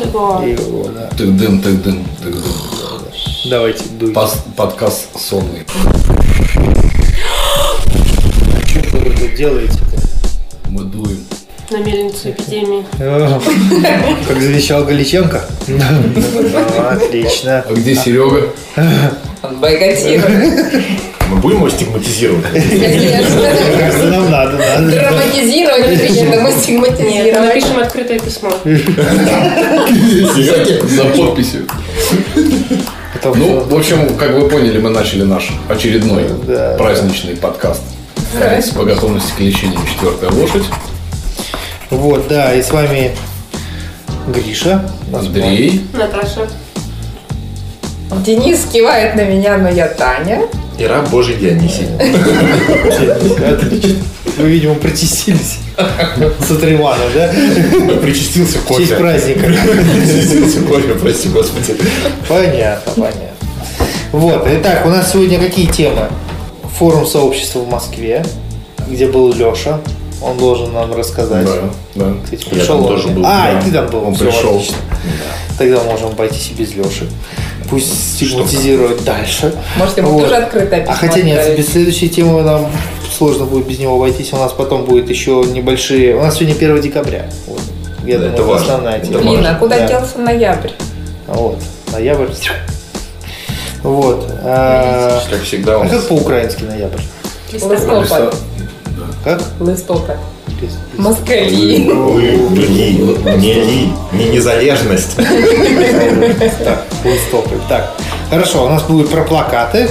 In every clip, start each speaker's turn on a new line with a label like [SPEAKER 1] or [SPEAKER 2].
[SPEAKER 1] такого.
[SPEAKER 2] Его, да.
[SPEAKER 3] Тык дым, тык дым, тык дым.
[SPEAKER 2] Давайте дуй.
[SPEAKER 3] Пас- подкаст сонный.
[SPEAKER 2] Что вы тут делаете-то?
[SPEAKER 3] Мы дуем.
[SPEAKER 1] На мельницу эпидемии.
[SPEAKER 2] Как завещал Галиченко? Да, Отлично.
[SPEAKER 3] А где Серега?
[SPEAKER 4] Бойкотируем.
[SPEAKER 5] Мы будем его стигматизировать?
[SPEAKER 4] Конечно.
[SPEAKER 2] Нам надо, надо.
[SPEAKER 4] Драматизировать не принято, мы
[SPEAKER 1] Нет, мы
[SPEAKER 4] стигматизировали.
[SPEAKER 1] напишем открытое письмо.
[SPEAKER 3] За, за подписью.
[SPEAKER 2] Потом
[SPEAKER 3] Ну, в общем, как вы поняли, мы начали наш очередной
[SPEAKER 2] Да.
[SPEAKER 3] праздничный подкаст.
[SPEAKER 2] ну
[SPEAKER 3] С по готовности к лечению четвертая лошадь.
[SPEAKER 2] Вот, да, и с вами Гриша.
[SPEAKER 3] Андрей.
[SPEAKER 1] Наташа.
[SPEAKER 4] Денис кивает на меня, но я Таня.
[SPEAKER 5] И раб Божий Дионисий.
[SPEAKER 2] Отлично. Вы, видимо, причастились с Атриманом, да?
[SPEAKER 5] Причастился
[SPEAKER 2] В честь
[SPEAKER 5] кофе.
[SPEAKER 2] праздника.
[SPEAKER 5] Причастился кофе, прости господи.
[SPEAKER 2] Понятно, понятно. Вот, итак, у нас сегодня какие темы? Форум сообщества в Москве, где был Леша. Он должен нам рассказать.
[SPEAKER 3] Да, да.
[SPEAKER 2] Кстати,
[SPEAKER 5] Я
[SPEAKER 2] пришел
[SPEAKER 5] там
[SPEAKER 2] он.
[SPEAKER 5] тоже был,
[SPEAKER 2] А,
[SPEAKER 5] да.
[SPEAKER 2] и ты там был.
[SPEAKER 3] Он
[SPEAKER 2] Всё,
[SPEAKER 3] пришел.
[SPEAKER 2] отлично. Тогда можем обойтись и без Леши. Пусть стигматизирует дальше.
[SPEAKER 4] Может, ему
[SPEAKER 2] Вот.
[SPEAKER 4] тоже открытое письмо
[SPEAKER 2] А хотя нет,
[SPEAKER 4] отправить?
[SPEAKER 2] без следующей темы нам сложно будет без него обойтись. У нас потом будет еще небольшие... У нас сегодня 1 декабря. Вот. Я
[SPEAKER 5] Да,
[SPEAKER 2] думаю,
[SPEAKER 5] это важно.
[SPEAKER 2] основная
[SPEAKER 5] Это
[SPEAKER 2] тема.
[SPEAKER 5] важно.
[SPEAKER 4] Блин, а куда
[SPEAKER 2] Да.
[SPEAKER 4] делся ноябрь?
[SPEAKER 2] Вот. Ноябрь. Вот. а,
[SPEAKER 5] Как всегда у
[SPEAKER 2] А
[SPEAKER 5] нас.
[SPEAKER 2] как по-украински ноябрь?
[SPEAKER 4] Листопад.
[SPEAKER 2] Как?
[SPEAKER 4] Листопад.
[SPEAKER 2] Без- без-
[SPEAKER 4] Москали.
[SPEAKER 5] Вы, Ли, не Ли, не незалежность.
[SPEAKER 2] Так, полстопы. Так, хорошо, у нас будет про плакаты,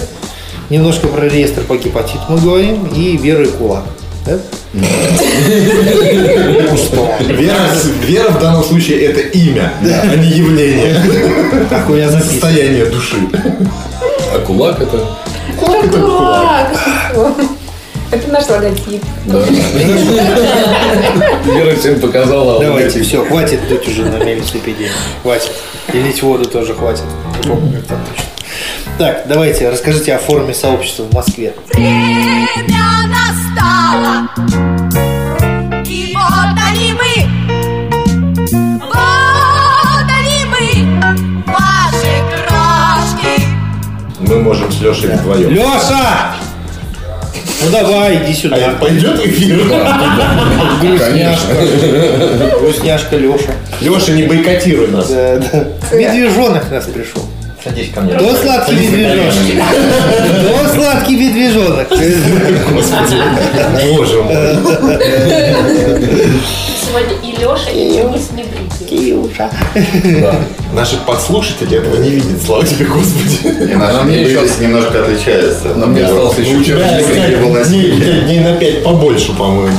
[SPEAKER 2] немножко про реестр по гепатиту мы говорим, и веру и кулак. Да? Ну что,
[SPEAKER 5] Вера, вера в данном случае это имя, а не явление.
[SPEAKER 2] как у меня записано.
[SPEAKER 5] Состояние души.
[SPEAKER 3] А кулак это?
[SPEAKER 4] Это наш логотип.
[SPEAKER 3] Да. Вера всем показала. а он
[SPEAKER 2] Давайте,
[SPEAKER 3] говорит,
[SPEAKER 2] все, хватит тут уже на мельницу эпидемии. Хватит. И лить воду тоже хватит. Я помню, как там точно. Так, давайте, расскажите о форуме сообщества в Москве.
[SPEAKER 6] Время настало, и вот они мы, вот они мы, ваши крошки.
[SPEAKER 5] Мы можем с Лешей вдвоем.
[SPEAKER 2] Леша! Ну давай, иди
[SPEAKER 5] А
[SPEAKER 2] сюда.
[SPEAKER 5] Пойдет эфир?
[SPEAKER 3] Конечно.
[SPEAKER 2] Грустняшка Леша.
[SPEAKER 5] Леша, не бойкотируй нас.
[SPEAKER 2] Медвежонок нас пришел.
[SPEAKER 5] Садись ко мне.
[SPEAKER 2] Кто сладкий
[SPEAKER 5] Садись на
[SPEAKER 2] медвежонок? Кто сладкий медвежонок?
[SPEAKER 5] Господи, боже мой.
[SPEAKER 1] Сегодня и Леша, и Денис не бритый.
[SPEAKER 2] Киюша.
[SPEAKER 5] Наши подслушатели этого не видят, слава тебе, Господи.
[SPEAKER 7] И наша
[SPEAKER 3] Она мне
[SPEAKER 7] медведица
[SPEAKER 3] еще-
[SPEAKER 7] немножко отличается.
[SPEAKER 3] На мне остался еще вчерашний.
[SPEAKER 5] Дней дней на пять побольше, по-моему.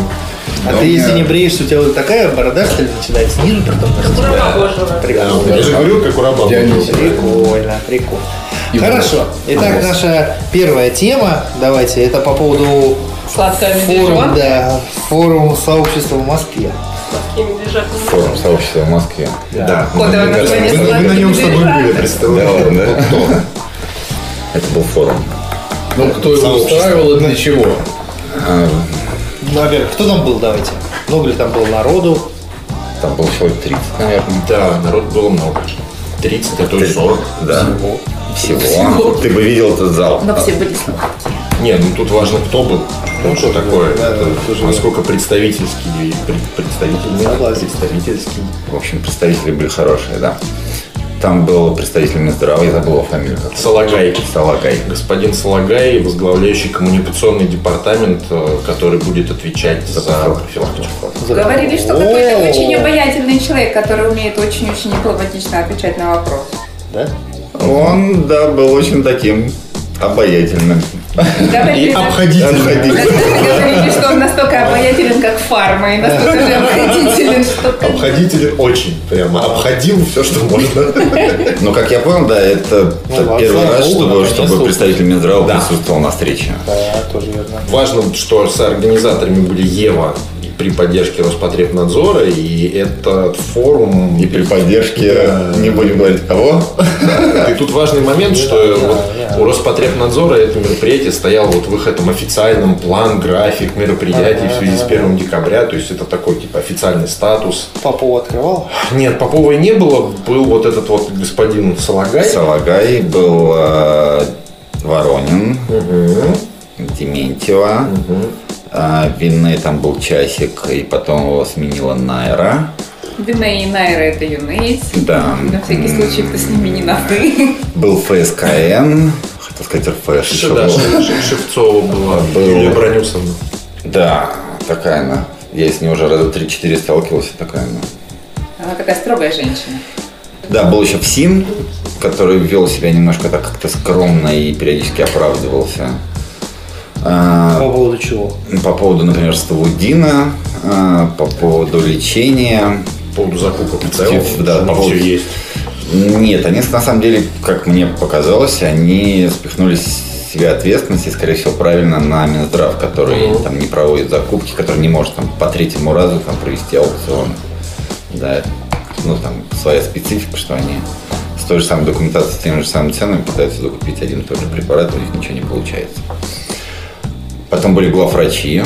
[SPEAKER 2] А ты если не бреешься, у тебя вот такая борода, что ли, начинает снизу,
[SPEAKER 8] Ну,
[SPEAKER 2] потом на себя. Прикольно.
[SPEAKER 5] Я же говорю, как у раба.
[SPEAKER 3] Дионисий.
[SPEAKER 2] Прикольно, прикольно.
[SPEAKER 3] И
[SPEAKER 2] Хорошо. Итак, наша первая тема, давайте, это по поводу
[SPEAKER 4] Сладкая
[SPEAKER 2] форума,
[SPEAKER 4] медвежонка.
[SPEAKER 2] да, форум сообщества в Москве.
[SPEAKER 7] Форум сообщества в Москве.
[SPEAKER 5] Да.
[SPEAKER 4] Вот, давай,
[SPEAKER 5] Мы-
[SPEAKER 4] название
[SPEAKER 5] мы- Мы на нем с тобой были,
[SPEAKER 7] Да
[SPEAKER 5] представляешь?
[SPEAKER 7] ладно, да? Это был форум.
[SPEAKER 3] Ну, кто его устраивал и для чего?
[SPEAKER 2] Ну, во-первых, кто там был, давайте? Много ли там было народу?
[SPEAKER 7] Там был человек 30, наверное.
[SPEAKER 5] Да, народ было много. 30, а то и 40.
[SPEAKER 7] Да. Всего. Ты бы видел этот зал.
[SPEAKER 4] Но все были сладкие.
[SPEAKER 5] Не, ну тут важно, кто был. Ну, что такое? Это Насколько представительский, пред-
[SPEAKER 2] Согласен.
[SPEAKER 5] представительный, представительский.
[SPEAKER 7] В общем, представители были хорошие, да. Там был представитель Минздрава, я забыл его фамилию.
[SPEAKER 5] Салагай.
[SPEAKER 7] Салагай.
[SPEAKER 5] Господин Салагай, возглавляющий коммуникационный департамент, э, который будет отвечать за профилактику.
[SPEAKER 8] Говорили, что
[SPEAKER 2] О,
[SPEAKER 8] какой-то очень обаятельный человек, который умеет очень-очень дипломатично отвечать на вопрос.
[SPEAKER 2] Да?
[SPEAKER 7] Он, да, был очень таким обаятельным.
[SPEAKER 8] И говорили,
[SPEAKER 7] Обходитель.
[SPEAKER 8] говорили, что он настолько обаятелен, как фарма, и настолько же обходителен, что...
[SPEAKER 5] Обходитель очень прямо. Обходил все, что можно.
[SPEAKER 7] Ну, как я понял, да, это
[SPEAKER 2] Ну,
[SPEAKER 7] т-
[SPEAKER 2] ладно,
[SPEAKER 7] первый
[SPEAKER 2] слава
[SPEAKER 7] раз,
[SPEAKER 2] богу,
[SPEAKER 7] чтобы,
[SPEAKER 2] наконец-то.
[SPEAKER 7] чтобы представитель Минздрава присутствовал на встрече.
[SPEAKER 2] Да, тоже верно.
[SPEAKER 5] Важно, что с организаторами были Ева при поддержке Роспотребнадзора, и этот форум...
[SPEAKER 7] И при поддержке,
[SPEAKER 5] Да.
[SPEAKER 7] не будем говорить кого,
[SPEAKER 5] И тут важный момент, что
[SPEAKER 2] да,
[SPEAKER 5] вот
[SPEAKER 2] да.
[SPEAKER 5] у Роспотребнадзора это мероприятие стояло вот в их этом официальном план, график мероприятий в связи с 1 декабря, то есть это такой типа официальный статус.
[SPEAKER 2] Папу открывал?
[SPEAKER 5] Нет, Поповой не было, был вот этот вот господин Салагай.
[SPEAKER 7] Салагай, был э, Воронин, Дементьева, а, Винный там был часик, и потом его сменила Найра.
[SPEAKER 8] Дина и Найра это юнейс.
[SPEAKER 7] Да.
[SPEAKER 8] На всякий случай, кто с ними не на «ты».
[SPEAKER 7] Был ФСКН, хотел сказать РФС.
[SPEAKER 5] Ш- да, Ш- Ш- Шевцова была,
[SPEAKER 7] А, Был.
[SPEAKER 5] Юлия Бронюсовна.
[SPEAKER 7] Да, такая она. Я с ней уже раза 3-4 сталкивался, такая она.
[SPEAKER 8] Она такая строгая женщина.
[SPEAKER 7] Да, был еще ПСИН, который вел себя немножко так как-то скромно и периодически оправдывался. А,
[SPEAKER 2] По поводу чего?
[SPEAKER 7] По поводу, например, Ставудина, а, по поводу лечения.
[SPEAKER 5] По поводу закупок в целом,
[SPEAKER 7] Тиф, да,
[SPEAKER 5] что
[SPEAKER 7] по
[SPEAKER 5] там
[SPEAKER 7] поводу-
[SPEAKER 5] все есть.
[SPEAKER 7] Нет, они на самом деле, как мне показалось, они спихнули с себя ответственности, скорее всего, правильно на Минздрав, который там не проводит закупки, который не может там по третьему разу там провести аукцион. Да, ну там своя специфика, что они с той же самой документацией, с теми же самыми ценами пытаются закупить один и тот же препарат, у них ничего не получается. Потом были главврачи,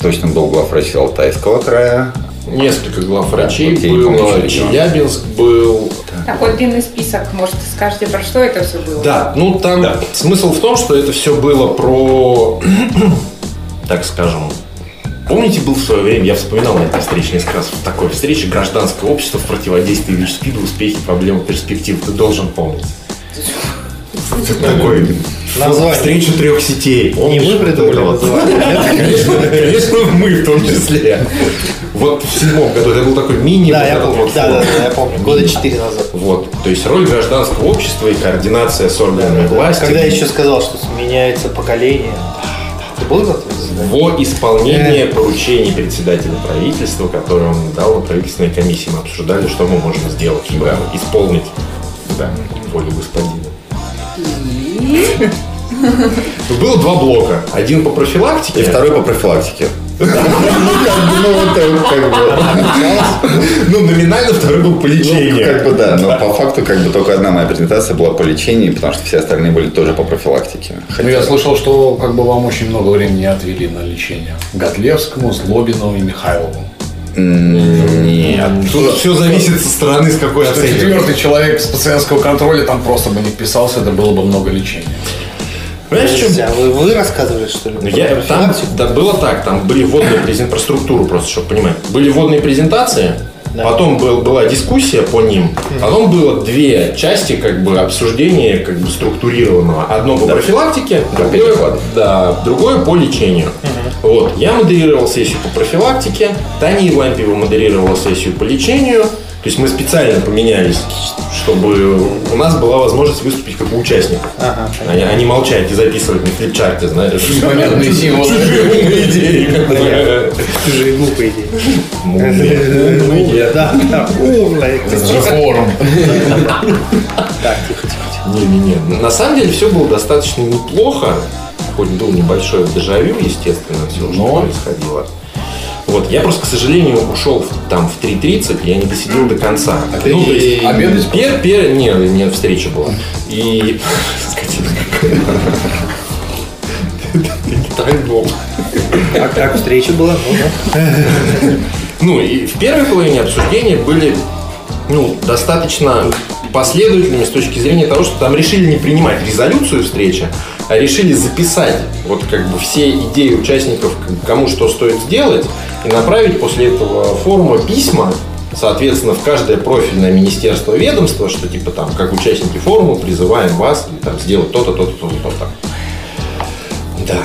[SPEAKER 7] точно был главврач Алтайского края,
[SPEAKER 5] Несколько глав врачей
[SPEAKER 7] вот я не помню,
[SPEAKER 5] было,
[SPEAKER 7] что я
[SPEAKER 5] Челябинск был,
[SPEAKER 8] Такой длинный список, может, скажете, про что это все было?
[SPEAKER 5] Да, ну там
[SPEAKER 7] Да.
[SPEAKER 5] смысл в том, что это все было про, так скажем, Помните, был в свое время, я вспоминал на этой встрече несколько раз, в такой встрече гражданское общество в противодействии ВИЧ-СПИДу, успехи, проблемы, перспективы. Ты должен помнить. Это такой
[SPEAKER 2] ну, Название.
[SPEAKER 5] встречу трех сетей. Помнишь,
[SPEAKER 2] мы
[SPEAKER 5] вот это
[SPEAKER 2] придумали
[SPEAKER 5] вот? Конечно, конечно, мы в том числе. Вот в седьмом году это был такой мини
[SPEAKER 2] Да,
[SPEAKER 5] вот
[SPEAKER 2] я
[SPEAKER 5] этот
[SPEAKER 2] помню.
[SPEAKER 5] вот
[SPEAKER 2] Да, да,
[SPEAKER 5] форум.
[SPEAKER 2] да, я помню. Года четыре назад.
[SPEAKER 5] Вот, то есть роль гражданского общества и координация с органами власти
[SPEAKER 2] Когда я еще сказал, что меняется поколение. Ты был на том заседании?
[SPEAKER 5] во исполнение
[SPEAKER 7] Э.
[SPEAKER 5] поручений председателя правительства, которое он дал на правительственной комиссии. Мы обсуждали, что мы можем сделать, чтобы исполнить да, волю господина. Ну, Было два блока. Один по профилактике.
[SPEAKER 7] И второй по профилактике. Ну, как бы, ну, вот так, как бы.
[SPEAKER 5] Ну, номинально второй был по
[SPEAKER 7] Ну, как бы
[SPEAKER 5] лечению.
[SPEAKER 7] да, но по факту как бы только одна моя презентация была по лечению, потому что все остальные были тоже по профилактике.
[SPEAKER 3] Ну, я слышал, что как бы вам очень много времени отвели на лечение. Готлевскому, Злобину и Михайлову.
[SPEAKER 7] М, Нет.
[SPEAKER 5] Тут все зависит со стороны, с какой
[SPEAKER 3] Что
[SPEAKER 5] оценки.
[SPEAKER 3] четвертый человек с пациентского контроля там просто бы не вписался, это было бы много лечения.
[SPEAKER 5] Понимаешь, в чем
[SPEAKER 2] Подожди, а Вы, вы рассказывали, что ли?
[SPEAKER 5] Ну,
[SPEAKER 2] про
[SPEAKER 5] Я, там,
[SPEAKER 2] профилактику?
[SPEAKER 5] да, было так, там были водные презентации, про структуру просто, чтобы понимать. Были водные презентации,
[SPEAKER 2] Да.
[SPEAKER 5] потом был- была дискуссия по ним, потом было две части как бы обсуждения как бы структурированного. Одно по профилактике, другое,
[SPEAKER 7] доклады.
[SPEAKER 5] да, другое по лечению. Вот, я модерировал сессию по профилактике, Таня Иванпева модерировала сессию по лечению. То есть мы специально поменялись, чтобы у нас была возможность выступить как у участников.
[SPEAKER 2] Ага,
[SPEAKER 5] а, не- а не молчать и записывать на флипчарте, знаешь.
[SPEAKER 3] Непонятные символы.
[SPEAKER 5] Умные идеи, как бы.
[SPEAKER 2] Чужие глупые идеи.
[SPEAKER 5] Умные. Умные.
[SPEAKER 2] Ну, Да, да, умная.
[SPEAKER 3] Это же форум.
[SPEAKER 2] Так, тихо, тихо. тихо.
[SPEAKER 5] Не-не-не. ну, На самом деле все было достаточно неплохо, хоть был небольшое дежавю, естественно, все, что
[SPEAKER 3] Но.
[SPEAKER 5] происходило. Вот, я просто, к сожалению, ушел в- там в 3.30, я не досидел до конца.
[SPEAKER 3] ты
[SPEAKER 5] ну, то есть,
[SPEAKER 3] обедать
[SPEAKER 5] пер, пер, не, у меня встреча была. И... Скотина какая. Тройном.
[SPEAKER 2] А как встреча была? Ну, да.
[SPEAKER 5] Ну и в первой половине обсуждения были ну, достаточно последовательными с точки зрения того, что там решили не принимать резолюцию встречи, а решили записать вот как бы все идеи участников, к- кому что стоит сделать, и направить после этого форума письма, соответственно, в каждое профильное министерство ведомство, что типа там, как участники форума, призываем вас там, сделать то-то, то-то, то-то, то-то. Да.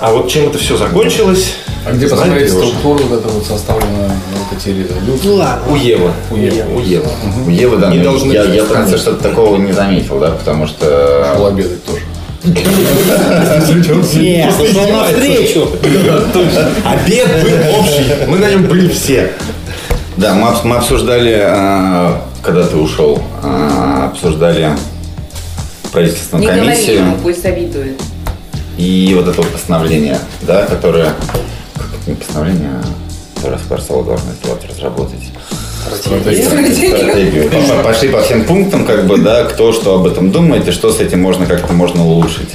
[SPEAKER 5] А вот чем это все закончилось?
[SPEAKER 3] А где
[SPEAKER 5] знаете,
[SPEAKER 3] посмотреть
[SPEAKER 5] Лёша?
[SPEAKER 3] структуру вот это вот составлено, вот эти резолюции?
[SPEAKER 2] Ну, ладно.
[SPEAKER 5] У Евы.
[SPEAKER 3] У Евы.
[SPEAKER 5] У Евы.
[SPEAKER 7] У Евы, да,
[SPEAKER 5] Не
[SPEAKER 7] ну,
[SPEAKER 5] должны
[SPEAKER 7] я,
[SPEAKER 5] быть
[SPEAKER 7] я в
[SPEAKER 5] страницы.
[SPEAKER 7] конце что-то такого не заметил, да, потому
[SPEAKER 3] Пошел
[SPEAKER 7] что...
[SPEAKER 3] обедать тоже.
[SPEAKER 2] Нет,
[SPEAKER 5] Просто
[SPEAKER 2] пошел
[SPEAKER 5] издевается.
[SPEAKER 2] навстречу.
[SPEAKER 5] Обед был общий. Мы на нем были все.
[SPEAKER 7] Да, мы, обс- мы обсуждали, а, когда ты ушел, а, обсуждали
[SPEAKER 8] Не
[SPEAKER 7] правительственную
[SPEAKER 8] говори
[SPEAKER 7] комиссию.
[SPEAKER 8] ему, пусть завидует.
[SPEAKER 7] И вот это вот постановление, да, которое... как это Не постановление, а которая Спарсова должна сделать, разработать
[SPEAKER 4] Стратегию.
[SPEAKER 7] стратегию. Пошли- Пошли по всем пунктам, как бы, да, кто что об этом думает и что с этим можно как-то можно улучшить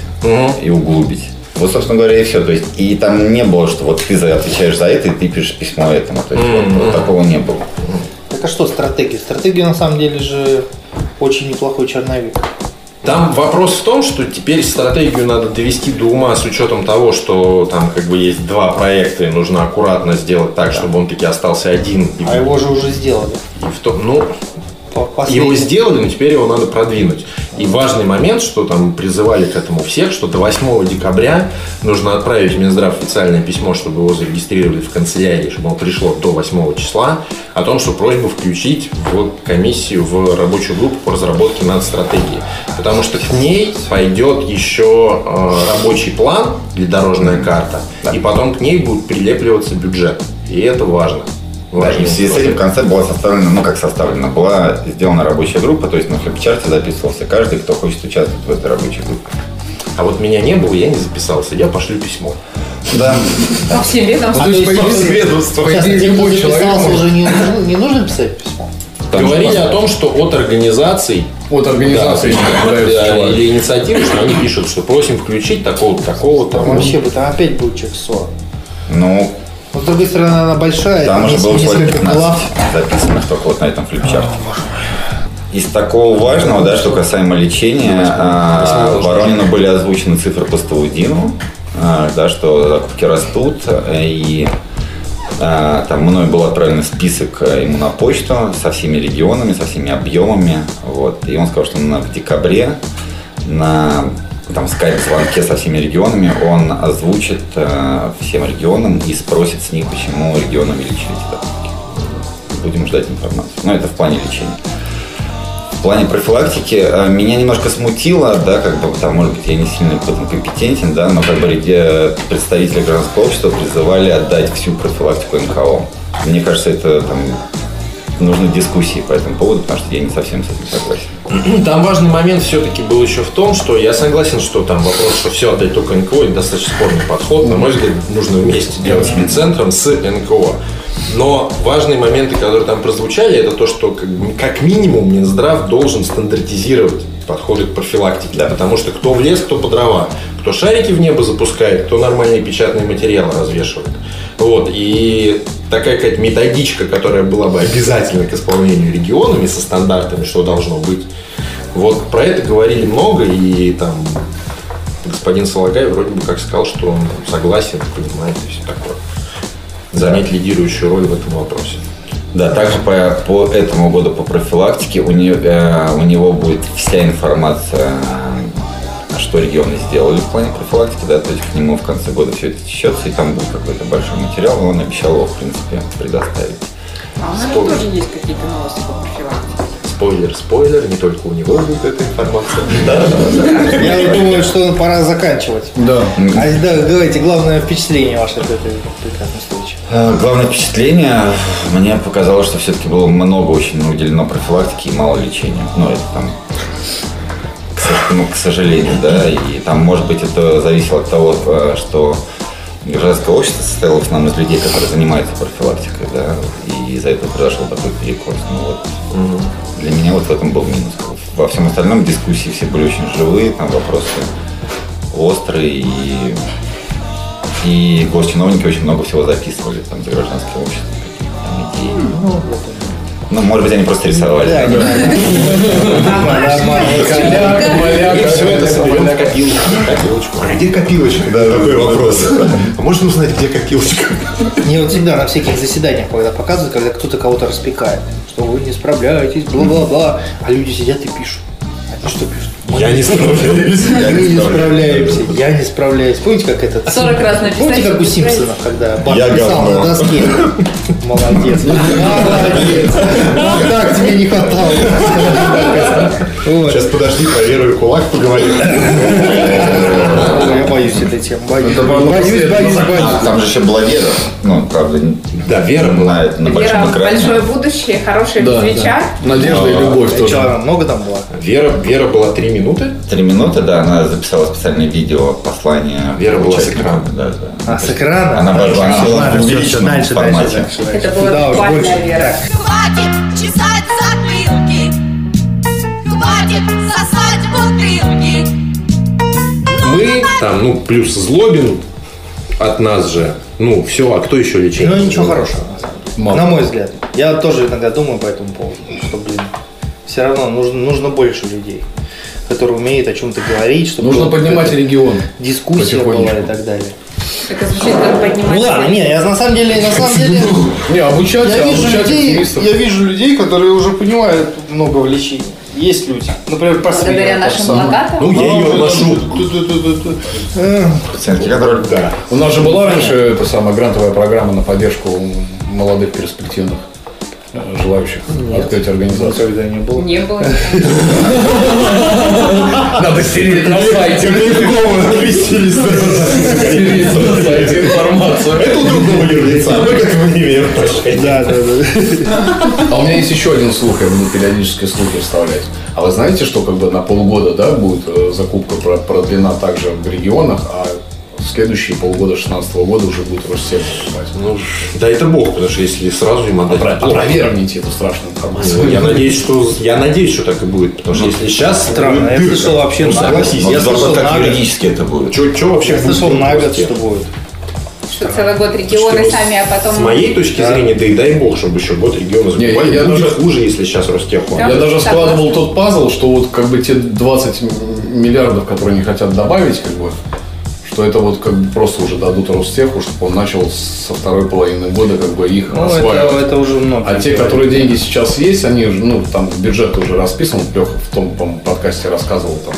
[SPEAKER 7] и углубить. Вот, собственно говоря, и все. То есть, и там не было, что вот ты за- отвечаешь за это, и ты пишешь письмо этому. То есть, вот- вот такого не было.
[SPEAKER 2] Так а что стратегия? Стратегия на самом деле же очень неплохой черновик.
[SPEAKER 5] Там вопрос в том, что теперь стратегию надо довести до ума с учетом того, что там как бы есть два проекта, и нужно аккуратно сделать так, чтобы он таки остался один. И,
[SPEAKER 2] А его же уже сделали.
[SPEAKER 5] и в том, ну,
[SPEAKER 2] По-
[SPEAKER 5] его
[SPEAKER 2] последний.
[SPEAKER 5] сделали, но теперь его надо продвинуть. И важный момент, что там призывали к этому всех, что до 8 декабря нужно отправить в Минздрав официальное письмо, чтобы его зарегистрировали в канцелярии, чтобы оно пришло до 8 числа, о том, что просьбу включить в комиссию, в рабочую группу по разработке стратегии, Потому что к ней пойдет еще э, рабочий план или дорожная карта, и потом к ней будет прилепливаться бюджет. И это важно.
[SPEAKER 7] Да,
[SPEAKER 5] Важный
[SPEAKER 7] и в связи с
[SPEAKER 5] вопрос.
[SPEAKER 7] этим в конце была составлена, ну как составлена, была сделана рабочая группа, то есть на флипчарте записывался каждый, кто хочет участвовать в этой рабочей группе.
[SPEAKER 5] А вот меня не было, я не записался. Я пошлю письмо.
[SPEAKER 7] Да,
[SPEAKER 8] По всем ведомствам.
[SPEAKER 3] Ну, то есть, по идее, по
[SPEAKER 2] Сейчас,
[SPEAKER 3] идее,
[SPEAKER 2] те, кто
[SPEAKER 3] любой человек
[SPEAKER 2] записался,
[SPEAKER 3] может
[SPEAKER 2] уже не нужно, не нужно писать письмо?
[SPEAKER 7] Там же
[SPEAKER 5] Говорили
[SPEAKER 7] просто-
[SPEAKER 5] о том, что от организаций
[SPEAKER 3] от организации
[SPEAKER 5] да,
[SPEAKER 3] подается
[SPEAKER 5] да,
[SPEAKER 3] человек.
[SPEAKER 5] или инициативы, что они пишут, что просим включить такого-то, такого-то.
[SPEAKER 2] Там вообще бы там опять будет человек 40.
[SPEAKER 7] ну
[SPEAKER 2] Но с другой стороны, она большая,
[SPEAKER 7] Там
[SPEAKER 2] там
[SPEAKER 7] уже
[SPEAKER 2] А, нес-
[SPEAKER 7] было человек
[SPEAKER 2] несколько
[SPEAKER 7] 15
[SPEAKER 2] глав.
[SPEAKER 7] записанных только вот на этом флипчарте. Из такого важного, да, что касаемо лечения, а, Воронину были озвучены цифры по Стаудину, а, да, что закупки растут, э, и а, там мной был отправлен список э, ему на почту со всеми регионами, со всеми объемами, вот, и он сказал, что на, в декабре на там скайп-звонке со всеми регионами он озвучит э, всем регионам и спросит с них, почему регионы увеличили эти закупки. Будем ждать информацию. Ну, это в плане лечения. В плане профилактики э, меня немножко смутило, да, как бы, там, может быть, я не сильно в этом компетентен, да, но как бы э, представители гражданского общества призывали отдать всю профилактику НКО. Мне кажется, это там нужны дискуссии по этому поводу, потому что я не совсем с этим согласен.
[SPEAKER 5] Там важный момент все-таки был еще в том, что я согласен, что там вопрос, что все отдать только НКО, это достаточно спорный подход. На мой взгляд, нужно вместе делать с центром с НКО. Но важные моменты, которые там прозвучали, это то, что как, бы как минимум Минздрав должен стандартизировать подходы к профилактике.
[SPEAKER 7] Да.
[SPEAKER 5] Потому что кто в лес, кто по дрова. Кто шарики в небо запускает, кто нормальные печатные материалы развешивает. Вот. И такая какая-то методичка, которая была бы обязательна к исполнению регионами со стандартами, что должно быть. Вот про это говорили много, и там господин Солагай вроде бы как сказал, что он согласен, понимает и все такое. Занять лидирующую роль в этом вопросе.
[SPEAKER 7] Да, также по, по этому году по профилактике у, нее- э, у него будет вся информация, э, что регионы сделали в плане профилактики, да, то есть к нему в конце года все это течется, и там будет какой-то большой материал, и он обещал его, в принципе, предоставить.
[SPEAKER 4] А у нас
[SPEAKER 5] Спорт.
[SPEAKER 4] тоже есть какие-то новости по профилактике.
[SPEAKER 5] Спойлер, спойлер, не только у него будет эта информация.
[SPEAKER 2] Я вот думаю, что ну, пора заканчивать.
[SPEAKER 3] Да.
[SPEAKER 2] А да, давайте главное впечатление ваше от этой прекрасной встречи.
[SPEAKER 7] Э, Главное впечатление, мне показалось, что все-таки было много очень уделено профилактике и мало лечению. Ну, это там, к сож- ну, к сожалению, да, и там, может быть, это зависело от того, э, что гражданское общество состояло в основном из людей, которые занимаются профилактикой, да, и из-за этого произошел такой перекос. Ну, вот для меня вот в этом был минус. Во всем остальном дискуссии все были очень живые, там вопросы острые и и госчиновники очень много всего записывали там за гражданское общество, какие-то там идеи. Ну, может быть, они просто рисовали.
[SPEAKER 2] Да, не
[SPEAKER 7] да.
[SPEAKER 5] И все это соберем в копилочку. копилочку. А где копилочка? Да, такой вопрос. А можно узнать, где копилочка?
[SPEAKER 2] Мне вот всегда на всяких заседаниях, когда показывают, когда кто-то кого-то распекает, что вы не справляетесь, бла-бла-бла, а люди сидят и пишут. Они что пишут?
[SPEAKER 5] Я не справляюсь.
[SPEAKER 7] Я
[SPEAKER 2] Мы не
[SPEAKER 7] справляюсь.
[SPEAKER 2] справляемся, я не справляюсь. Помните, как этот...
[SPEAKER 8] 40 раз написать,
[SPEAKER 2] Помните, как у
[SPEAKER 8] не справиться?
[SPEAKER 2] Симпсонов, когда Бart
[SPEAKER 7] Я
[SPEAKER 2] писал
[SPEAKER 7] говно.
[SPEAKER 2] на доске? Молодец. Молодец. Вот так тебе не хватало. Вот.
[SPEAKER 5] Сейчас подожди, проверю кулак, поговорим.
[SPEAKER 2] Ой, Я боюсь этой темы. Боюсь,
[SPEAKER 3] по-моему,
[SPEAKER 2] боюсь,
[SPEAKER 3] после
[SPEAKER 2] боюсь.
[SPEAKER 3] этого
[SPEAKER 2] боюсь.
[SPEAKER 7] А, там же еще была Вера. Ну, правда, не-
[SPEAKER 5] Да, Вера была.
[SPEAKER 7] на, это- на
[SPEAKER 8] Вера,
[SPEAKER 7] большом
[SPEAKER 8] большое
[SPEAKER 7] экране.
[SPEAKER 8] будущее, хорошая
[SPEAKER 3] Да,
[SPEAKER 8] свеча.
[SPEAKER 3] Надежда и любовь
[SPEAKER 2] Чего,
[SPEAKER 3] тоже.
[SPEAKER 2] она много там было?
[SPEAKER 5] А,
[SPEAKER 2] А,
[SPEAKER 5] Вера, Вера была три минуты.
[SPEAKER 7] Три минуты, да, она записала специальное видео послание.
[SPEAKER 5] А, Вера была с
[SPEAKER 7] участникам.
[SPEAKER 5] экрана.
[SPEAKER 7] Да, да.
[SPEAKER 2] А, с экрана?
[SPEAKER 7] Она
[SPEAKER 2] Ладно,
[SPEAKER 7] возгласила
[SPEAKER 2] ладно,
[SPEAKER 7] в
[SPEAKER 2] всё,
[SPEAKER 7] публичном
[SPEAKER 2] всё, дальше,
[SPEAKER 7] формате.
[SPEAKER 2] дальше, дальше, дальше.
[SPEAKER 8] Это была
[SPEAKER 2] Куда уж
[SPEAKER 8] буквально
[SPEAKER 2] больше.
[SPEAKER 8] вера.
[SPEAKER 6] Хватит чесать затылки, хватит сосать бутылки.
[SPEAKER 5] Мы там, ну, плюс Злобин от нас же. Ну, все, а кто еще лечит?
[SPEAKER 2] Ну, ничего хорошего. на самом деле.
[SPEAKER 3] Мало.
[SPEAKER 2] На мой взгляд. Я тоже иногда думаю по этому поводу, что, блин, все равно нужно, нужно больше людей, которые умеют о чем-то говорить, чтобы
[SPEAKER 3] Нужно
[SPEAKER 2] вот
[SPEAKER 3] поднимать
[SPEAKER 2] эта
[SPEAKER 3] регион.
[SPEAKER 2] дискуссия была
[SPEAKER 3] потихонечку.
[SPEAKER 2] и так далее.
[SPEAKER 8] Это звучит как поднимать.
[SPEAKER 2] Ну ладно, не, я на самом деле, на самом деле,
[SPEAKER 3] Не, обучать,
[SPEAKER 2] я вижу
[SPEAKER 3] обучать
[SPEAKER 2] людей,
[SPEAKER 3] активистов.
[SPEAKER 2] я вижу людей, которые уже понимают много в лечении. Есть люди. Например,
[SPEAKER 8] Благодаря нашим плакатам.
[SPEAKER 5] Ну, я ее ношу.
[SPEAKER 7] Пациентки, которые... Да.
[SPEAKER 3] У нас же была раньше эта самая грантовая программа на поддержку молодых перспективных э, желающих открыть организацию.
[SPEAKER 2] Никогда не было.
[SPEAKER 8] Не было.
[SPEAKER 3] Надо стереть на сайте. Стереть на сайте информацию.
[SPEAKER 2] Да, да, да.
[SPEAKER 3] А у меня есть еще один слух, я буду периодически слухи вставлять. А вы знаете, что как бы на полгода да, будет э, закупка про- продлена также в регионах, а в следующие полгода 2016 года уже будет Россервис покупать.
[SPEAKER 5] Ну, да это бог, потому что если сразу им отдать...
[SPEAKER 3] Про-
[SPEAKER 5] плохо.
[SPEAKER 3] Опровергните эту страшную
[SPEAKER 5] Ну,
[SPEAKER 3] информацию.
[SPEAKER 5] Я надеюсь, что я надеюсь, что так и будет, потому что если сейчас ну,
[SPEAKER 2] Странно, я слышал вообще на год.
[SPEAKER 7] Согласись, я
[SPEAKER 2] Я слышал
[SPEAKER 7] как
[SPEAKER 2] на год.
[SPEAKER 7] юридически это будет.
[SPEAKER 5] Что, вообще
[SPEAKER 2] Я слышал
[SPEAKER 5] будет?
[SPEAKER 2] на год, что будет.
[SPEAKER 8] Что целый год регионы
[SPEAKER 3] ну,
[SPEAKER 5] Что
[SPEAKER 8] сами, а
[SPEAKER 5] С
[SPEAKER 8] потом...
[SPEAKER 5] моей точки зрения, да и дай бог, чтобы еще год региона
[SPEAKER 3] Не,
[SPEAKER 5] закупали.
[SPEAKER 3] я
[SPEAKER 5] Будет
[SPEAKER 3] даже-
[SPEAKER 5] хуже, если сейчас Ростеху.
[SPEAKER 3] Я даже
[SPEAKER 8] Согласна.
[SPEAKER 3] складывал тот пазл, что вот как бы те 20 м- миллиардов, которые не хотят добавить, как бы, что это вот как бы просто уже дадут Ростеху, чтобы он начал со второй половины года как бы их
[SPEAKER 2] Ну, это,
[SPEAKER 3] осваивать.
[SPEAKER 2] это уже много.
[SPEAKER 3] А те, которые деньги сейчас есть, они же, ну, там бюджет уже расписан, Леха в том, по-моему, подкасте рассказывал там.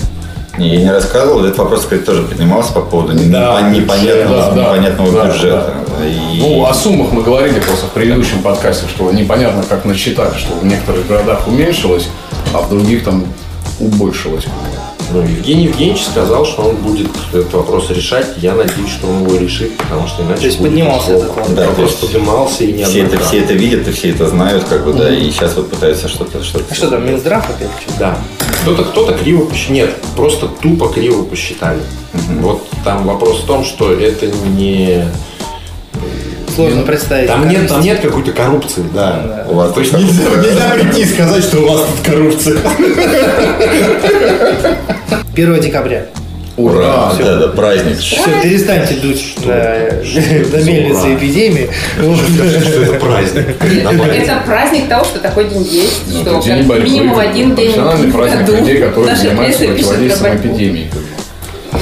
[SPEAKER 7] Не, я не рассказывал, этот вопрос, кстати, тоже поднимался по поводу не-
[SPEAKER 5] Да,
[SPEAKER 7] непон- непонятного,
[SPEAKER 3] да, да,
[SPEAKER 7] непонятного
[SPEAKER 3] да,
[SPEAKER 7] бюджета. И-
[SPEAKER 3] Ну, о суммах мы говорили просто в предыдущем подкасте, что непонятно, как насчитать, что в некоторых городах уменьшилось, а в других там убольшилось.
[SPEAKER 5] Ну, Евгений Евгеньевич сказал, что он будет этот вопрос решать. Я надеюсь, что он его решит, потому что иначе.
[SPEAKER 2] То есть
[SPEAKER 5] будет
[SPEAKER 2] поднимался
[SPEAKER 5] плохо.
[SPEAKER 2] этот вопрос.
[SPEAKER 7] Да,
[SPEAKER 5] Вопрос
[SPEAKER 7] то есть
[SPEAKER 5] поднимался и не
[SPEAKER 7] Все это, все это видят и все это знают, как бы, да, и сейчас вот пытаются что-то... Что-то,
[SPEAKER 2] А что там, Минздрав опять? что ли?
[SPEAKER 5] Да. Кто-то кто-то криво посчитал. Нет, просто тупо криво посчитали. Вот там вопрос в том, что это не.
[SPEAKER 2] Сложно представить.
[SPEAKER 5] Там
[SPEAKER 2] как
[SPEAKER 5] нет, там нет какой-то коррупции, да.
[SPEAKER 7] У вас
[SPEAKER 5] То есть
[SPEAKER 7] такое-
[SPEAKER 5] нельзя, нельзя прийти и сказать, что у вас тут коррупция.
[SPEAKER 2] 1 декабря.
[SPEAKER 7] Ура!
[SPEAKER 2] Всё.
[SPEAKER 7] Да, да, праздник.
[SPEAKER 2] Все, перестаньте дуть на, на мельнице эпидемии.
[SPEAKER 5] Что это праздник. Нормально.
[SPEAKER 8] Это праздник того, что такой день есть,
[SPEAKER 3] Ну,
[SPEAKER 8] что
[SPEAKER 3] это день
[SPEAKER 8] как
[SPEAKER 3] борьбы,
[SPEAKER 8] минимум один день
[SPEAKER 3] профессиональный
[SPEAKER 8] в
[SPEAKER 3] праздник
[SPEAKER 8] году
[SPEAKER 3] людей, которые
[SPEAKER 8] наша
[SPEAKER 3] занимаются
[SPEAKER 8] пресса пишет
[SPEAKER 3] противодействием
[SPEAKER 8] про борьбу.
[SPEAKER 3] эпидемии. как бы.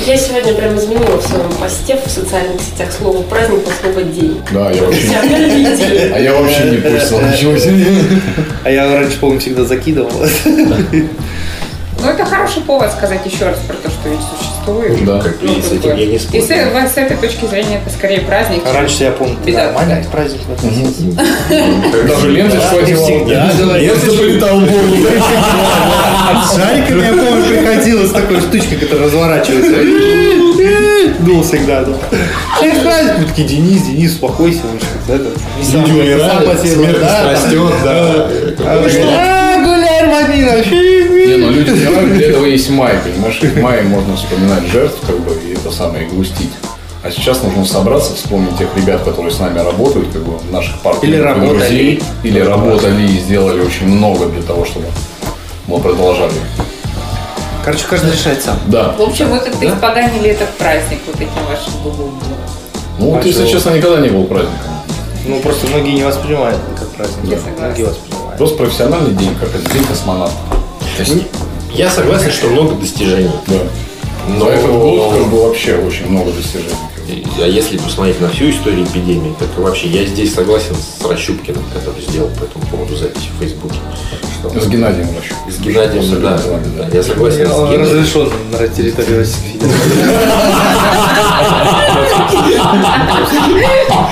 [SPEAKER 1] Я сегодня прям изменила в своем посте в социальных сетях слово праздник на слово день.
[SPEAKER 3] Да, я вообще не-
[SPEAKER 1] Я прям идея.
[SPEAKER 3] А я вообще не пустил ничего себе.
[SPEAKER 2] А я раньше, помню, всегда закидывал.
[SPEAKER 8] Ну, это хороший повод сказать еще раз про то, что ведь существует. Ну,
[SPEAKER 3] Да.
[SPEAKER 5] Как видите, с этим я не
[SPEAKER 8] И
[SPEAKER 5] спорю.
[SPEAKER 8] с, э- с этой точки зрения это скорее праздник,
[SPEAKER 2] А
[SPEAKER 8] чем
[SPEAKER 2] раньше я помню, ты
[SPEAKER 8] Беда.
[SPEAKER 2] нормально к празднику относился.
[SPEAKER 3] Даже ленты
[SPEAKER 2] всегда говорил. С шариками, я помню, приходила с такой штучкой, которая разворачивается. Дул всегда. да. Всех праздник. Мы такие, Денис, Денис, успокойся. он же, да, да, не сам- не сам посел, да, там.
[SPEAKER 5] растет,
[SPEAKER 2] А он говорит, «А, гуляй, Армадина, фи-фи».
[SPEAKER 3] Не, ну люди умирают, для этого есть май, понимаешь? И В мае можно вспоминать жертв, как бы, и это самое, и грустить. А сейчас нужно собраться, вспомнить тех ребят, которые с нами работают, как бы наших партнеров,
[SPEAKER 2] Или
[SPEAKER 3] и
[SPEAKER 2] работали.
[SPEAKER 3] друзей, или работали и сделали очень много для того, чтобы мы продолжали.
[SPEAKER 2] Короче, каждый решает сам.
[SPEAKER 3] Да.
[SPEAKER 8] В общем, вы как-то испоганили этот праздник вот этим вашим губом.
[SPEAKER 3] Ну вот, если
[SPEAKER 2] Пошел.
[SPEAKER 3] честно, никогда не был праздником.
[SPEAKER 2] Ну, просто многие не воспринимают это как праздник.
[SPEAKER 8] Я согласна.
[SPEAKER 2] Многие воспринимают.
[SPEAKER 3] Просто профессиональный день, как это день космонавта.
[SPEAKER 5] То есть Я согласен, что много достижений.
[SPEAKER 3] Да.
[SPEAKER 5] Но
[SPEAKER 3] За этот год как бы, вообще очень много достижений.
[SPEAKER 5] а если посмотреть на всю историю эпидемии, так вообще я здесь согласен с Рощупкиным, который сделал по этому поводу запись в Фейсбуке. Что
[SPEAKER 3] С Геннадием Рощуком.
[SPEAKER 5] С Геннадием, да, да, я согласен с
[SPEAKER 2] Он
[SPEAKER 5] Геннадием.
[SPEAKER 2] разрешен Ну, на территории Российской Федерации.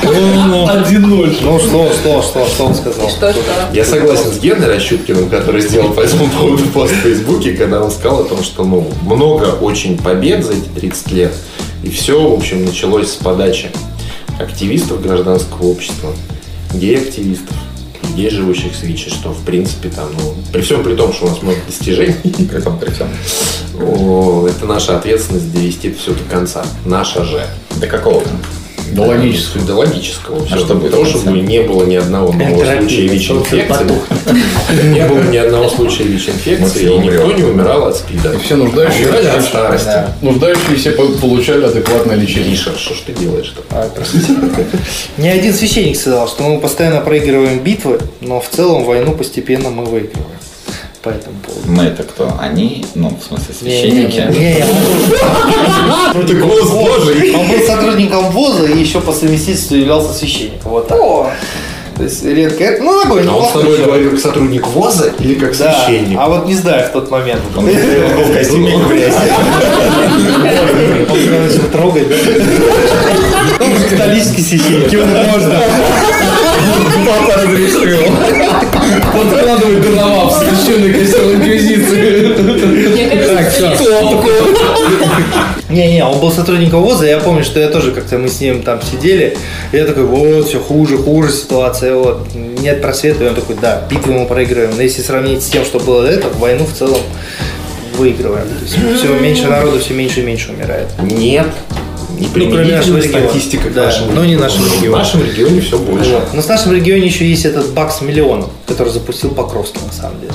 [SPEAKER 3] Один ноль.
[SPEAKER 2] Ну, что, что, что, что он сказал?
[SPEAKER 8] Что, что?
[SPEAKER 5] Я согласен с Геной Рощупкиным, который сделал по этому поводу пост в Фейсбуке, когда он сказал о том, что ну, много очень побед за эти 30 лет. И все, в общем, началось с подачи активистов гражданского общества, гей-активистов, людей, живущих с ВИЧ, и что, в принципе, там, ну, при всем при том, что у нас много достижений,
[SPEAKER 7] При том, при всем.
[SPEAKER 5] о, это наша ответственность довести это все до конца. Наша же.
[SPEAKER 7] До какого?
[SPEAKER 3] Да логически.
[SPEAKER 5] До логического. Всё.
[SPEAKER 7] что
[SPEAKER 5] Для
[SPEAKER 7] будет
[SPEAKER 5] того,
[SPEAKER 7] в конце?
[SPEAKER 5] чтобы не было ни одного нового
[SPEAKER 2] Энтеропия,
[SPEAKER 5] случая ВИЧ-инфекции. Не было ни одного случая
[SPEAKER 7] Мы
[SPEAKER 5] ВИЧ-инфекции,
[SPEAKER 7] все
[SPEAKER 5] и никто
[SPEAKER 7] умрем.
[SPEAKER 5] не умирал от спида.
[SPEAKER 3] И все нуждающиеся,
[SPEAKER 5] Умирали от старости.
[SPEAKER 3] нуждающиеся по- получали адекватное лечение.
[SPEAKER 5] Гриша, что ж ты делаешь-то?
[SPEAKER 2] А, простите. Ни один священник сказал, что мы постоянно проигрываем битвы, но в целом войну постепенно мы выигрываем. По этому поводу.
[SPEAKER 7] Мы это кто? Они? Ну, в смысле,
[SPEAKER 2] Не,
[SPEAKER 7] священники.
[SPEAKER 2] не, не,
[SPEAKER 5] Ну ты голос божий.
[SPEAKER 2] Он был сотрудником ВОЗа и еще по совместительству являлся священником. Вот так.
[SPEAKER 8] О,
[SPEAKER 2] То есть редко это. Ну, такой
[SPEAKER 5] А он с
[SPEAKER 2] неплохой
[SPEAKER 5] тобой
[SPEAKER 2] человек.
[SPEAKER 5] говорил как сотрудник ВОЗа или как
[SPEAKER 2] Да,
[SPEAKER 5] священник?
[SPEAKER 2] А вот не знаю в тот момент.
[SPEAKER 7] Он был в костюме и в грязи.
[SPEAKER 2] Он меня начал трогать. Он же католический священник, ему можно.
[SPEAKER 7] Папа разрешил.
[SPEAKER 3] Подкладывает Доновал в священной крестовой инквизиции.
[SPEAKER 1] Я как раз
[SPEAKER 2] Не-не, он был сотрудником ВОЗа, я помню, что я тоже как-то мы с ним там сидели, и я такой, вот, все хуже, хуже ситуация, вот, нет просвета, и он такой, да, битвы мы проигрываем, но если сравнить с тем, что было до этого, войну в целом выигрываем, то есть все меньше народу, все меньше и меньше умирает.
[SPEAKER 5] Нет. Не
[SPEAKER 2] Ну, кроме нашего
[SPEAKER 5] применительно
[SPEAKER 2] региона.
[SPEAKER 5] статистика к
[SPEAKER 2] Да,
[SPEAKER 5] нашему
[SPEAKER 2] но не
[SPEAKER 5] региону.
[SPEAKER 2] нашего региона.
[SPEAKER 5] В нашем регионе все больше.
[SPEAKER 2] Вот. Но в нашем регионе еще есть этот бакс миллионов, который запустил Покровский, на самом деле.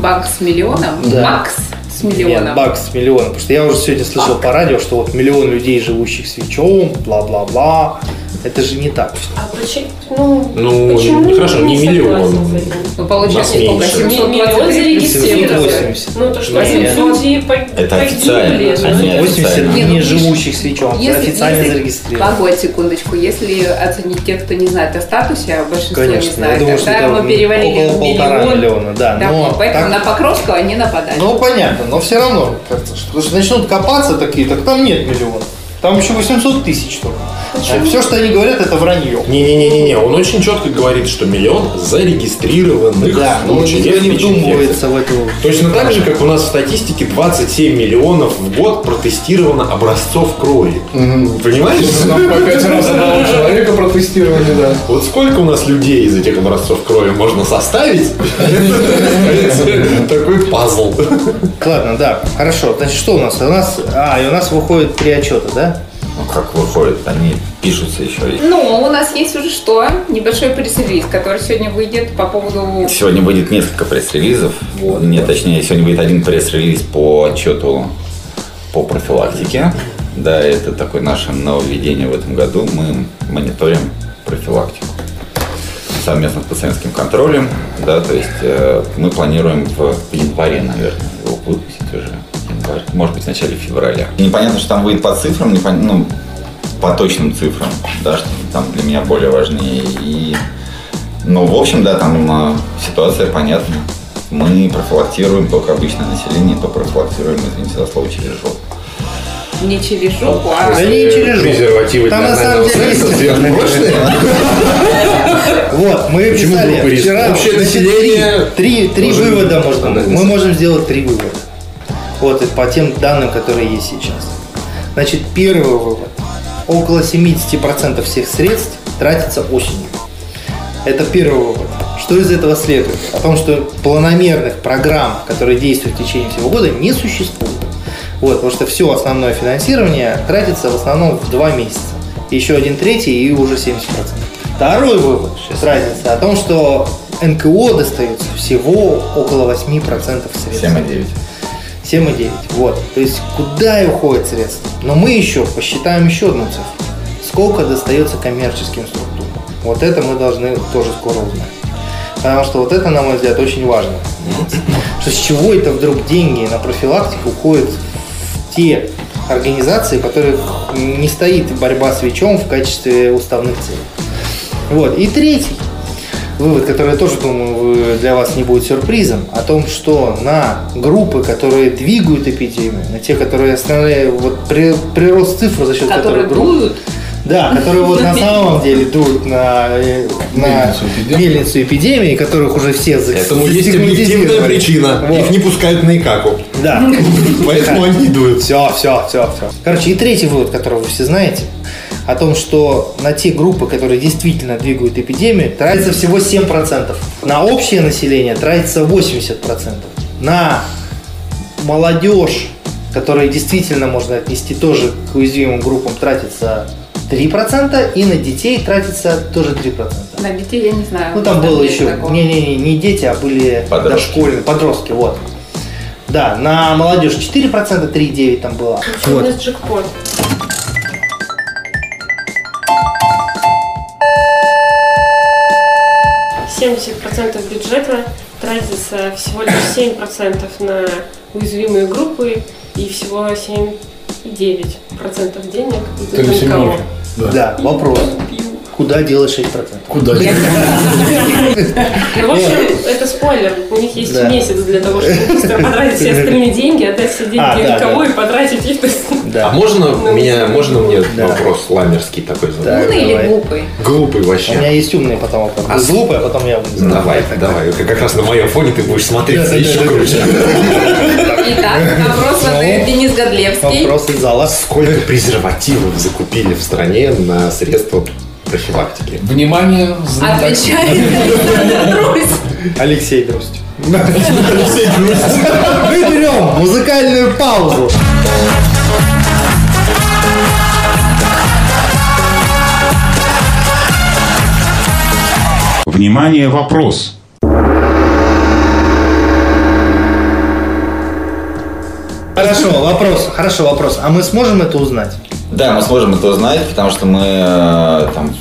[SPEAKER 8] бак с миллионом?
[SPEAKER 2] Да.
[SPEAKER 8] Бакс с
[SPEAKER 2] Нет,
[SPEAKER 8] миллионом.
[SPEAKER 2] бакс миллионов, потому что я уже сегодня слышал по радио, что вот миллион людей, живущих с ВИЧом, бла-бла-бла, это же не так.
[SPEAKER 1] А почему? Ну,
[SPEAKER 5] Ну,
[SPEAKER 1] почему
[SPEAKER 5] хорошо, не
[SPEAKER 1] согласен
[SPEAKER 5] миллион.
[SPEAKER 1] с этим?
[SPEAKER 8] Ну,
[SPEAKER 5] Нас
[SPEAKER 8] получается, сколько?
[SPEAKER 5] меньше.
[SPEAKER 1] Миллион
[SPEAKER 8] 723
[SPEAKER 1] зарегистрировали.
[SPEAKER 2] 780.
[SPEAKER 1] Ну, то, что
[SPEAKER 2] Нет.
[SPEAKER 1] 800 людей по-
[SPEAKER 7] Это
[SPEAKER 1] погибли.
[SPEAKER 7] официально. Они
[SPEAKER 1] Ну,
[SPEAKER 7] официально.
[SPEAKER 2] 80
[SPEAKER 8] Не, ну,
[SPEAKER 2] не
[SPEAKER 8] видишь,
[SPEAKER 2] живущих с ВИЧом,
[SPEAKER 8] Если-
[SPEAKER 2] официально
[SPEAKER 8] если-
[SPEAKER 2] зарегистрировано.
[SPEAKER 8] Погодь секундочку, если оценить тех, кто не знает о статусе, а большинство не
[SPEAKER 2] Конечно, я
[SPEAKER 8] знает,
[SPEAKER 2] думаю, что
[SPEAKER 8] тогда
[SPEAKER 2] это
[SPEAKER 8] мы перевалили
[SPEAKER 2] около
[SPEAKER 8] в
[SPEAKER 2] полтора
[SPEAKER 8] миллион.
[SPEAKER 2] миллиона, да.
[SPEAKER 8] Да,
[SPEAKER 2] но
[SPEAKER 8] вот, поэтому
[SPEAKER 2] так-
[SPEAKER 8] на Покровского не нападали.
[SPEAKER 2] Ну, понятно, но все равно, как-то, что- потому что начнут копаться такие, так там нет миллионов. Там еще 800 тысяч только. Все, что они говорят, это вранье.
[SPEAKER 5] Не-не-не-не, он очень четко говорит, что миллион зарегистрированных
[SPEAKER 2] Да, но никто
[SPEAKER 5] случаев
[SPEAKER 2] не
[SPEAKER 5] ВИЧ-инфекции.
[SPEAKER 2] вдумывается в эту
[SPEAKER 5] Точно так же, как у нас в статистике 27 миллионов в год протестировано образцов крови. Понимаешь?
[SPEAKER 2] Ну,
[SPEAKER 3] Нам по пять раз одного человека протестировали, да.
[SPEAKER 5] Вот сколько у нас людей из этих образцов крови можно составить? Такой пазл.
[SPEAKER 2] Ладно, да, хорошо. Значит, что у нас? У нас, а, и у нас выходит три отчета, да?
[SPEAKER 7] Ну, как выходит, они пишутся еще.
[SPEAKER 8] Ну, у нас есть уже что? Небольшой пресс-релиз, который сегодня выйдет по поводу...
[SPEAKER 7] Сегодня будет несколько пресс-релизов. Нет, точнее, сегодня будет один пресс-релиз по отчету по профилактике. Да, это такое наше нововведение в этом году. Мы мониторим профилактику совместно с пациентским контролем. Да, то есть э, мы планируем в январе, наверное, его выпустить уже. Январь, может быть, в начале февраля. Непонятно, что там выйдет по цифрам, непон- ну, по точным цифрам, да, что там для меня более важнее. И, ну, в общем, да, там э, ситуация понятна. Мы профилактируем только обычное население, то профилактируем, извините за слово, через жопу.
[SPEAKER 8] Не через жопу, а...
[SPEAKER 2] Да
[SPEAKER 3] э,
[SPEAKER 2] не через жопу.
[SPEAKER 5] Презервативы
[SPEAKER 2] Там
[SPEAKER 5] для
[SPEAKER 2] на самом
[SPEAKER 5] анального
[SPEAKER 2] деле
[SPEAKER 5] секса
[SPEAKER 2] есть-
[SPEAKER 5] сверхпрочные.
[SPEAKER 2] Вот, мы
[SPEAKER 5] Почему
[SPEAKER 2] писали
[SPEAKER 5] группа риска?
[SPEAKER 2] вчера.
[SPEAKER 5] Общее
[SPEAKER 2] значит,
[SPEAKER 5] население
[SPEAKER 2] Три, три
[SPEAKER 5] должен
[SPEAKER 2] вывода
[SPEAKER 5] быть
[SPEAKER 2] можно.
[SPEAKER 5] анализ.
[SPEAKER 2] Мы можем сделать три вывода. Вот, и по тем данным, которые есть сейчас. Значит, первый вывод. Около 70% всех средств тратится осенью. Это первый вывод. Что из этого следует? О том, что планомерных программ, которые действуют в течение всего года, не существует. Вот, потому что все основное финансирование тратится в основном в два месяца. Еще один третий и уже 70%. Второй вывод тратится о том, что НКО достается всего около 8% средств.
[SPEAKER 7] 7,9.
[SPEAKER 2] 7,9. Вот. То есть куда и уходят средства. Но мы еще посчитаем еще одну цифру. Сколько достается коммерческим структурам. Вот это мы должны тоже скоро узнать. Потому что вот это, на мой взгляд, очень важно. Что с чего это вдруг деньги на профилактику уходят в те организации, у которых не стоит борьба с ВИЧом в качестве уставных целей. Вот. И третий вывод, который, я тоже думаю, вы- для вас не будет сюрпризом, о том, что на группы, которые двигают эпидемию, на те, которые основные, вот при- прирост цифр за счет
[SPEAKER 8] Которые
[SPEAKER 2] которых групп-
[SPEAKER 8] дуют.
[SPEAKER 2] да, которые вот на самом деле дуют на, э, на
[SPEAKER 3] Мельницу эпидемии.
[SPEAKER 2] мельницу эпидемии, которых уже все за-
[SPEAKER 5] Этому есть объективная
[SPEAKER 2] застигматизировали.
[SPEAKER 5] причина.
[SPEAKER 2] Вот.
[SPEAKER 5] Их не пускают на икаку.
[SPEAKER 2] Да.
[SPEAKER 5] Поэтому они идут.
[SPEAKER 2] Все, все, все, все. Короче, и третий вывод, который вы все знаете, о том, что на те группы, которые действительно двигают эпидемию, тратится всего 7%. На общее население тратится 80%. На молодежь, которая действительно можно отнести тоже к уязвимым группам, тратится 3%, и на детей тратится тоже 3%.
[SPEAKER 8] На детей я не знаю.
[SPEAKER 2] Ну там было
[SPEAKER 8] есть
[SPEAKER 2] еще,
[SPEAKER 8] такого.
[SPEAKER 2] не-не-не, не дети, а были
[SPEAKER 7] Подростки.
[SPEAKER 2] дошкольные, подростки, вот. Да, на молодежь 4%, 3,9 там было.
[SPEAKER 1] У
[SPEAKER 2] Вот.
[SPEAKER 1] нас джекпот. Семьдесят процентов бюджета тратится всего лишь 7% процентов на уязвимые группы и всего 7,9% процентов денег идут на кого.
[SPEAKER 2] Да, вопрос. Куда делать 6%?
[SPEAKER 3] Куда тебе?
[SPEAKER 1] Ну, в общем, это спойлер. У них есть
[SPEAKER 2] Да.
[SPEAKER 1] месяц для того, чтобы быстро потратить все остальные деньги, отдать все деньги
[SPEAKER 2] А, да,
[SPEAKER 1] никого и потратить их. То есть,
[SPEAKER 5] А
[SPEAKER 2] Да.
[SPEAKER 5] можно меня, можно мне
[SPEAKER 2] Ну, Да.
[SPEAKER 5] вопрос ламерский такой задать?
[SPEAKER 2] Так,
[SPEAKER 8] Умный или
[SPEAKER 2] давай.
[SPEAKER 8] глупый?
[SPEAKER 5] Глупый
[SPEAKER 2] А У
[SPEAKER 5] вообще.
[SPEAKER 2] меня есть умные потом вопрос.
[SPEAKER 5] А с-
[SPEAKER 2] глупые, а потом я вынесу.
[SPEAKER 5] Давай, давай. Как раз на моем фоне ты будешь смотреться
[SPEAKER 2] Да, да,
[SPEAKER 5] еще
[SPEAKER 2] да, да.
[SPEAKER 5] круче.
[SPEAKER 8] Итак, вопрос
[SPEAKER 2] Ну,
[SPEAKER 8] задает Денис Годлевский.
[SPEAKER 2] Вопрос из зала.
[SPEAKER 5] Сколько презервативов закупили в стране на средства профилактики?
[SPEAKER 3] Внимание, знак.
[SPEAKER 8] Отвечает Друзь.
[SPEAKER 2] Алексей Грусть. Мы берем музыкальную паузу.
[SPEAKER 9] Внимание, вопрос.
[SPEAKER 2] Хорошо, вопрос, хорошо, вопрос. А мы сможем это узнать?
[SPEAKER 7] Да, мы сможем это узнать, потому что мы э, там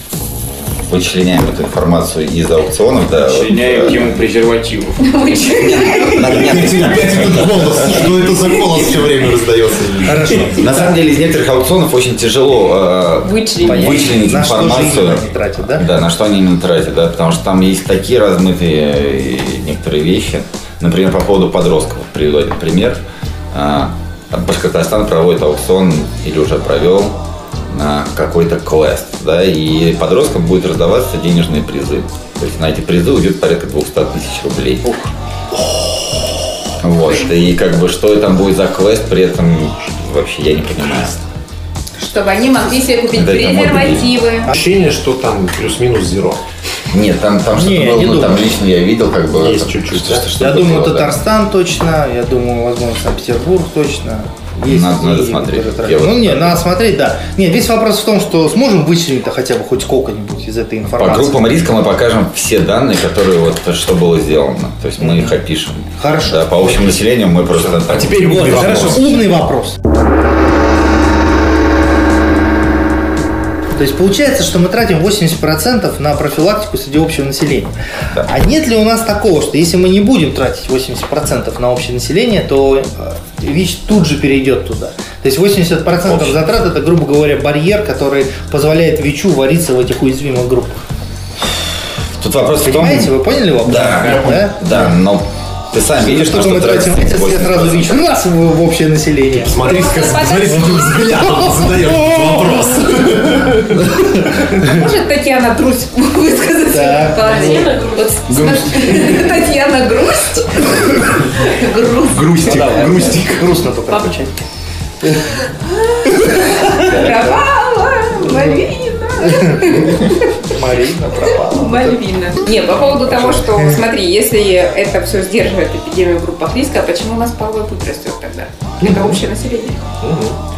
[SPEAKER 7] вычленяем эту информацию из аукционов. Да, вот,
[SPEAKER 9] Чиняем
[SPEAKER 7] э,
[SPEAKER 9] тему презервативов.
[SPEAKER 7] на- нет,
[SPEAKER 5] Что это за голос все время раздается?
[SPEAKER 2] Хорошо.
[SPEAKER 7] На самом деле из некоторых аукционов очень тяжело э,
[SPEAKER 8] Вычленить.
[SPEAKER 7] вычленить
[SPEAKER 2] На что же
[SPEAKER 7] информацию.
[SPEAKER 2] именно они тратят, да?
[SPEAKER 7] Да, на что они именно тратят, да, потому что там есть такие размытые э, некоторые вещи. Например, по поводу подростков. Приведу один пример. А, Башкортостан проводит аукцион или уже провел на какой-то квест, да, и подросткам будет раздаваться денежные призы. То есть на эти призы уйдет порядка 200 тысяч рублей. Вот, и как бы что там будет за квест, при этом вообще я не понимаю.
[SPEAKER 8] Чтобы они могли себе купить
[SPEAKER 7] Да, это модно.
[SPEAKER 8] презервативы.
[SPEAKER 5] Ощущение, что там плюс-минус зеро.
[SPEAKER 7] Нет, там, там что-то
[SPEAKER 2] Не,
[SPEAKER 7] было,
[SPEAKER 2] не
[SPEAKER 7] ну, там
[SPEAKER 2] думаю.
[SPEAKER 7] лично я видел, как бы.
[SPEAKER 5] Есть
[SPEAKER 7] там
[SPEAKER 5] чуть-чуть,
[SPEAKER 7] что-
[SPEAKER 5] да?
[SPEAKER 2] Я
[SPEAKER 7] что- что-то
[SPEAKER 2] думаю,
[SPEAKER 7] было, да.
[SPEAKER 2] Татарстан точно, я думаю, возможно, Санкт-Петербург точно. Есть
[SPEAKER 7] Надо- надо
[SPEAKER 2] деньги,
[SPEAKER 7] смотреть.
[SPEAKER 2] которые тратят.
[SPEAKER 7] Я вот
[SPEAKER 2] Ну, не,
[SPEAKER 7] так.
[SPEAKER 2] надо смотреть, да. Нет, весь вопрос в том, что сможем вычленить-то хотя бы хоть сколько-нибудь из этой
[SPEAKER 7] По
[SPEAKER 2] информации.
[SPEAKER 7] группам риска мы покажем все данные, которые вот то, что было сделано. То есть мы их опишем.
[SPEAKER 2] Хорошо.
[SPEAKER 7] Да, по общему населению мы просто.
[SPEAKER 5] А теперь
[SPEAKER 2] Вот,
[SPEAKER 5] умный
[SPEAKER 2] хорошо,
[SPEAKER 5] вопрос.
[SPEAKER 2] умный вопрос. То есть получается, что мы тратим 80% на профилактику среди общего населения.
[SPEAKER 7] Да.
[SPEAKER 2] А нет ли у нас такого, что если мы не будем тратить 80% на общее население, то э, ВИЧ тут же перейдет туда? То есть 80% затрат это, грубо говоря, барьер, который позволяет ВИЧу вариться в этих уязвимых группах.
[SPEAKER 7] Тут вопрос в том.
[SPEAKER 2] Понимаете, вы поняли вопрос?
[SPEAKER 7] Да,
[SPEAKER 2] да?
[SPEAKER 7] да, но ты сам видишь, на
[SPEAKER 2] Что мы тратим эти,
[SPEAKER 7] тратится
[SPEAKER 2] я сразу
[SPEAKER 7] 80%.
[SPEAKER 2] ВИЧ раз в в общее население.
[SPEAKER 5] Смотри,
[SPEAKER 8] Господа, Может Татьяна Друзь высказать свое
[SPEAKER 2] Да.
[SPEAKER 1] Татьяна
[SPEAKER 8] положение?
[SPEAKER 1] Грусть.
[SPEAKER 8] Вот с- смотри, Татьяна Грусть. Грусть.
[SPEAKER 5] Грустик, грустик.
[SPEAKER 2] Грустно только. очень.
[SPEAKER 8] Пропала Мальвина.
[SPEAKER 2] Марина пропала.
[SPEAKER 8] Мальвина. Не, по поводу того, что, смотри, если это все сдерживает эпидемию в группах риска, почему у нас половой путь растет тогда? Это общее население.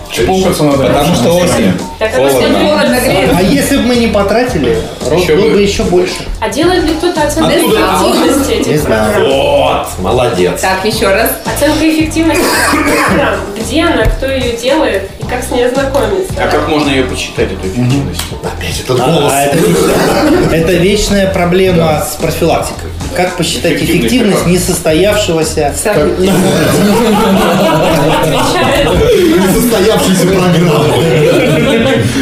[SPEAKER 3] Чпокаться надо.
[SPEAKER 7] Потому что осень.
[SPEAKER 1] Так, а
[SPEAKER 7] Холодно.
[SPEAKER 8] Холодно,
[SPEAKER 2] А
[SPEAKER 8] греется.
[SPEAKER 2] если бы мы не потратили, рост
[SPEAKER 3] Еще
[SPEAKER 2] был
[SPEAKER 3] бы.
[SPEAKER 2] бы еще больше.
[SPEAKER 1] А делает ли кто-то оценку
[SPEAKER 8] Откуда?
[SPEAKER 1] эффективности
[SPEAKER 2] Не
[SPEAKER 1] этих
[SPEAKER 2] знаю.
[SPEAKER 1] программ?
[SPEAKER 5] Вот, молодец.
[SPEAKER 8] Так, еще раз.
[SPEAKER 1] Оценка эффективности программ. А Где она, кто ее делает и как с ней ознакомиться.
[SPEAKER 9] А как можно ее посчитать, эту эффективность?
[SPEAKER 5] Опять этот голос.
[SPEAKER 2] А, это, вечная- это вечная проблема с профилактикой. Как посчитать
[SPEAKER 9] Эффективность
[SPEAKER 2] эффективность
[SPEAKER 9] какая?
[SPEAKER 2] несостоявшегося? ну,
[SPEAKER 8] Событие.
[SPEAKER 1] Отвечает.
[SPEAKER 5] Состоявшийся программа.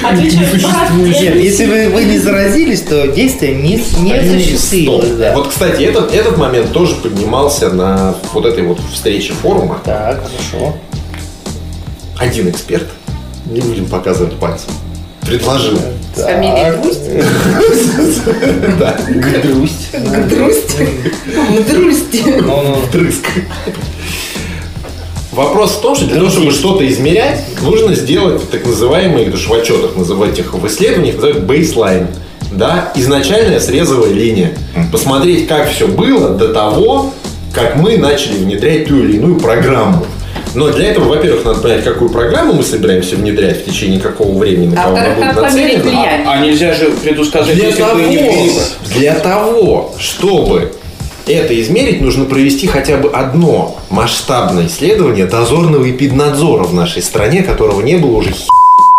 [SPEAKER 1] Отвечает.
[SPEAKER 2] Нет,
[SPEAKER 1] «Правда».
[SPEAKER 2] если вы, вы не заразились, то действие не, не осуществилось. да.
[SPEAKER 5] Вот, кстати, этот, этот момент тоже поднимался на вот этой вот встрече форума.
[SPEAKER 2] Так, хорошо.
[SPEAKER 5] Один эксперт, не будем показывать пальцем, предложил.
[SPEAKER 8] С
[SPEAKER 2] А,
[SPEAKER 8] фамилией Грусть.
[SPEAKER 5] Да,
[SPEAKER 2] Грусть.
[SPEAKER 8] Грусть. Грусть.
[SPEAKER 2] Ну, ну,
[SPEAKER 5] вдрызг. Вопрос в том, что для того, чтобы что-то измерять, нужно сделать так называемые, потому что в отчетах называют их в исследованиях, называют бейслайн. Да, изначальная срезовая линия. Посмотреть, как все было до того, как мы начали внедрять ту или иную программу. Но для этого, во-первых, надо понять, какую программу мы собираемся внедрять в течение какого времени, на
[SPEAKER 8] А
[SPEAKER 5] кого она
[SPEAKER 8] во-вторых,
[SPEAKER 5] будет
[SPEAKER 8] как померить
[SPEAKER 5] нацелена.
[SPEAKER 8] влияние?
[SPEAKER 2] Э,
[SPEAKER 9] А нельзя же предусказать,
[SPEAKER 5] Для
[SPEAKER 9] если
[SPEAKER 5] того,
[SPEAKER 9] бы не было.
[SPEAKER 5] для того, чтобы это измерить, нужно провести хотя бы одно масштабное исследование дозорного и пиднадзора в нашей стране, которого не было уже хер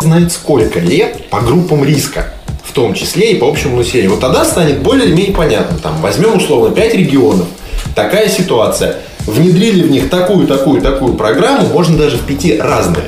[SPEAKER 5] знает сколько лет по группам риска в том числе и по общему населению. Вот тогда станет более-менее понятно. Там возьмем условно 5 регионов, такая ситуация. Внедрили в них такую, такую, такую программу, можно даже в пяти разные.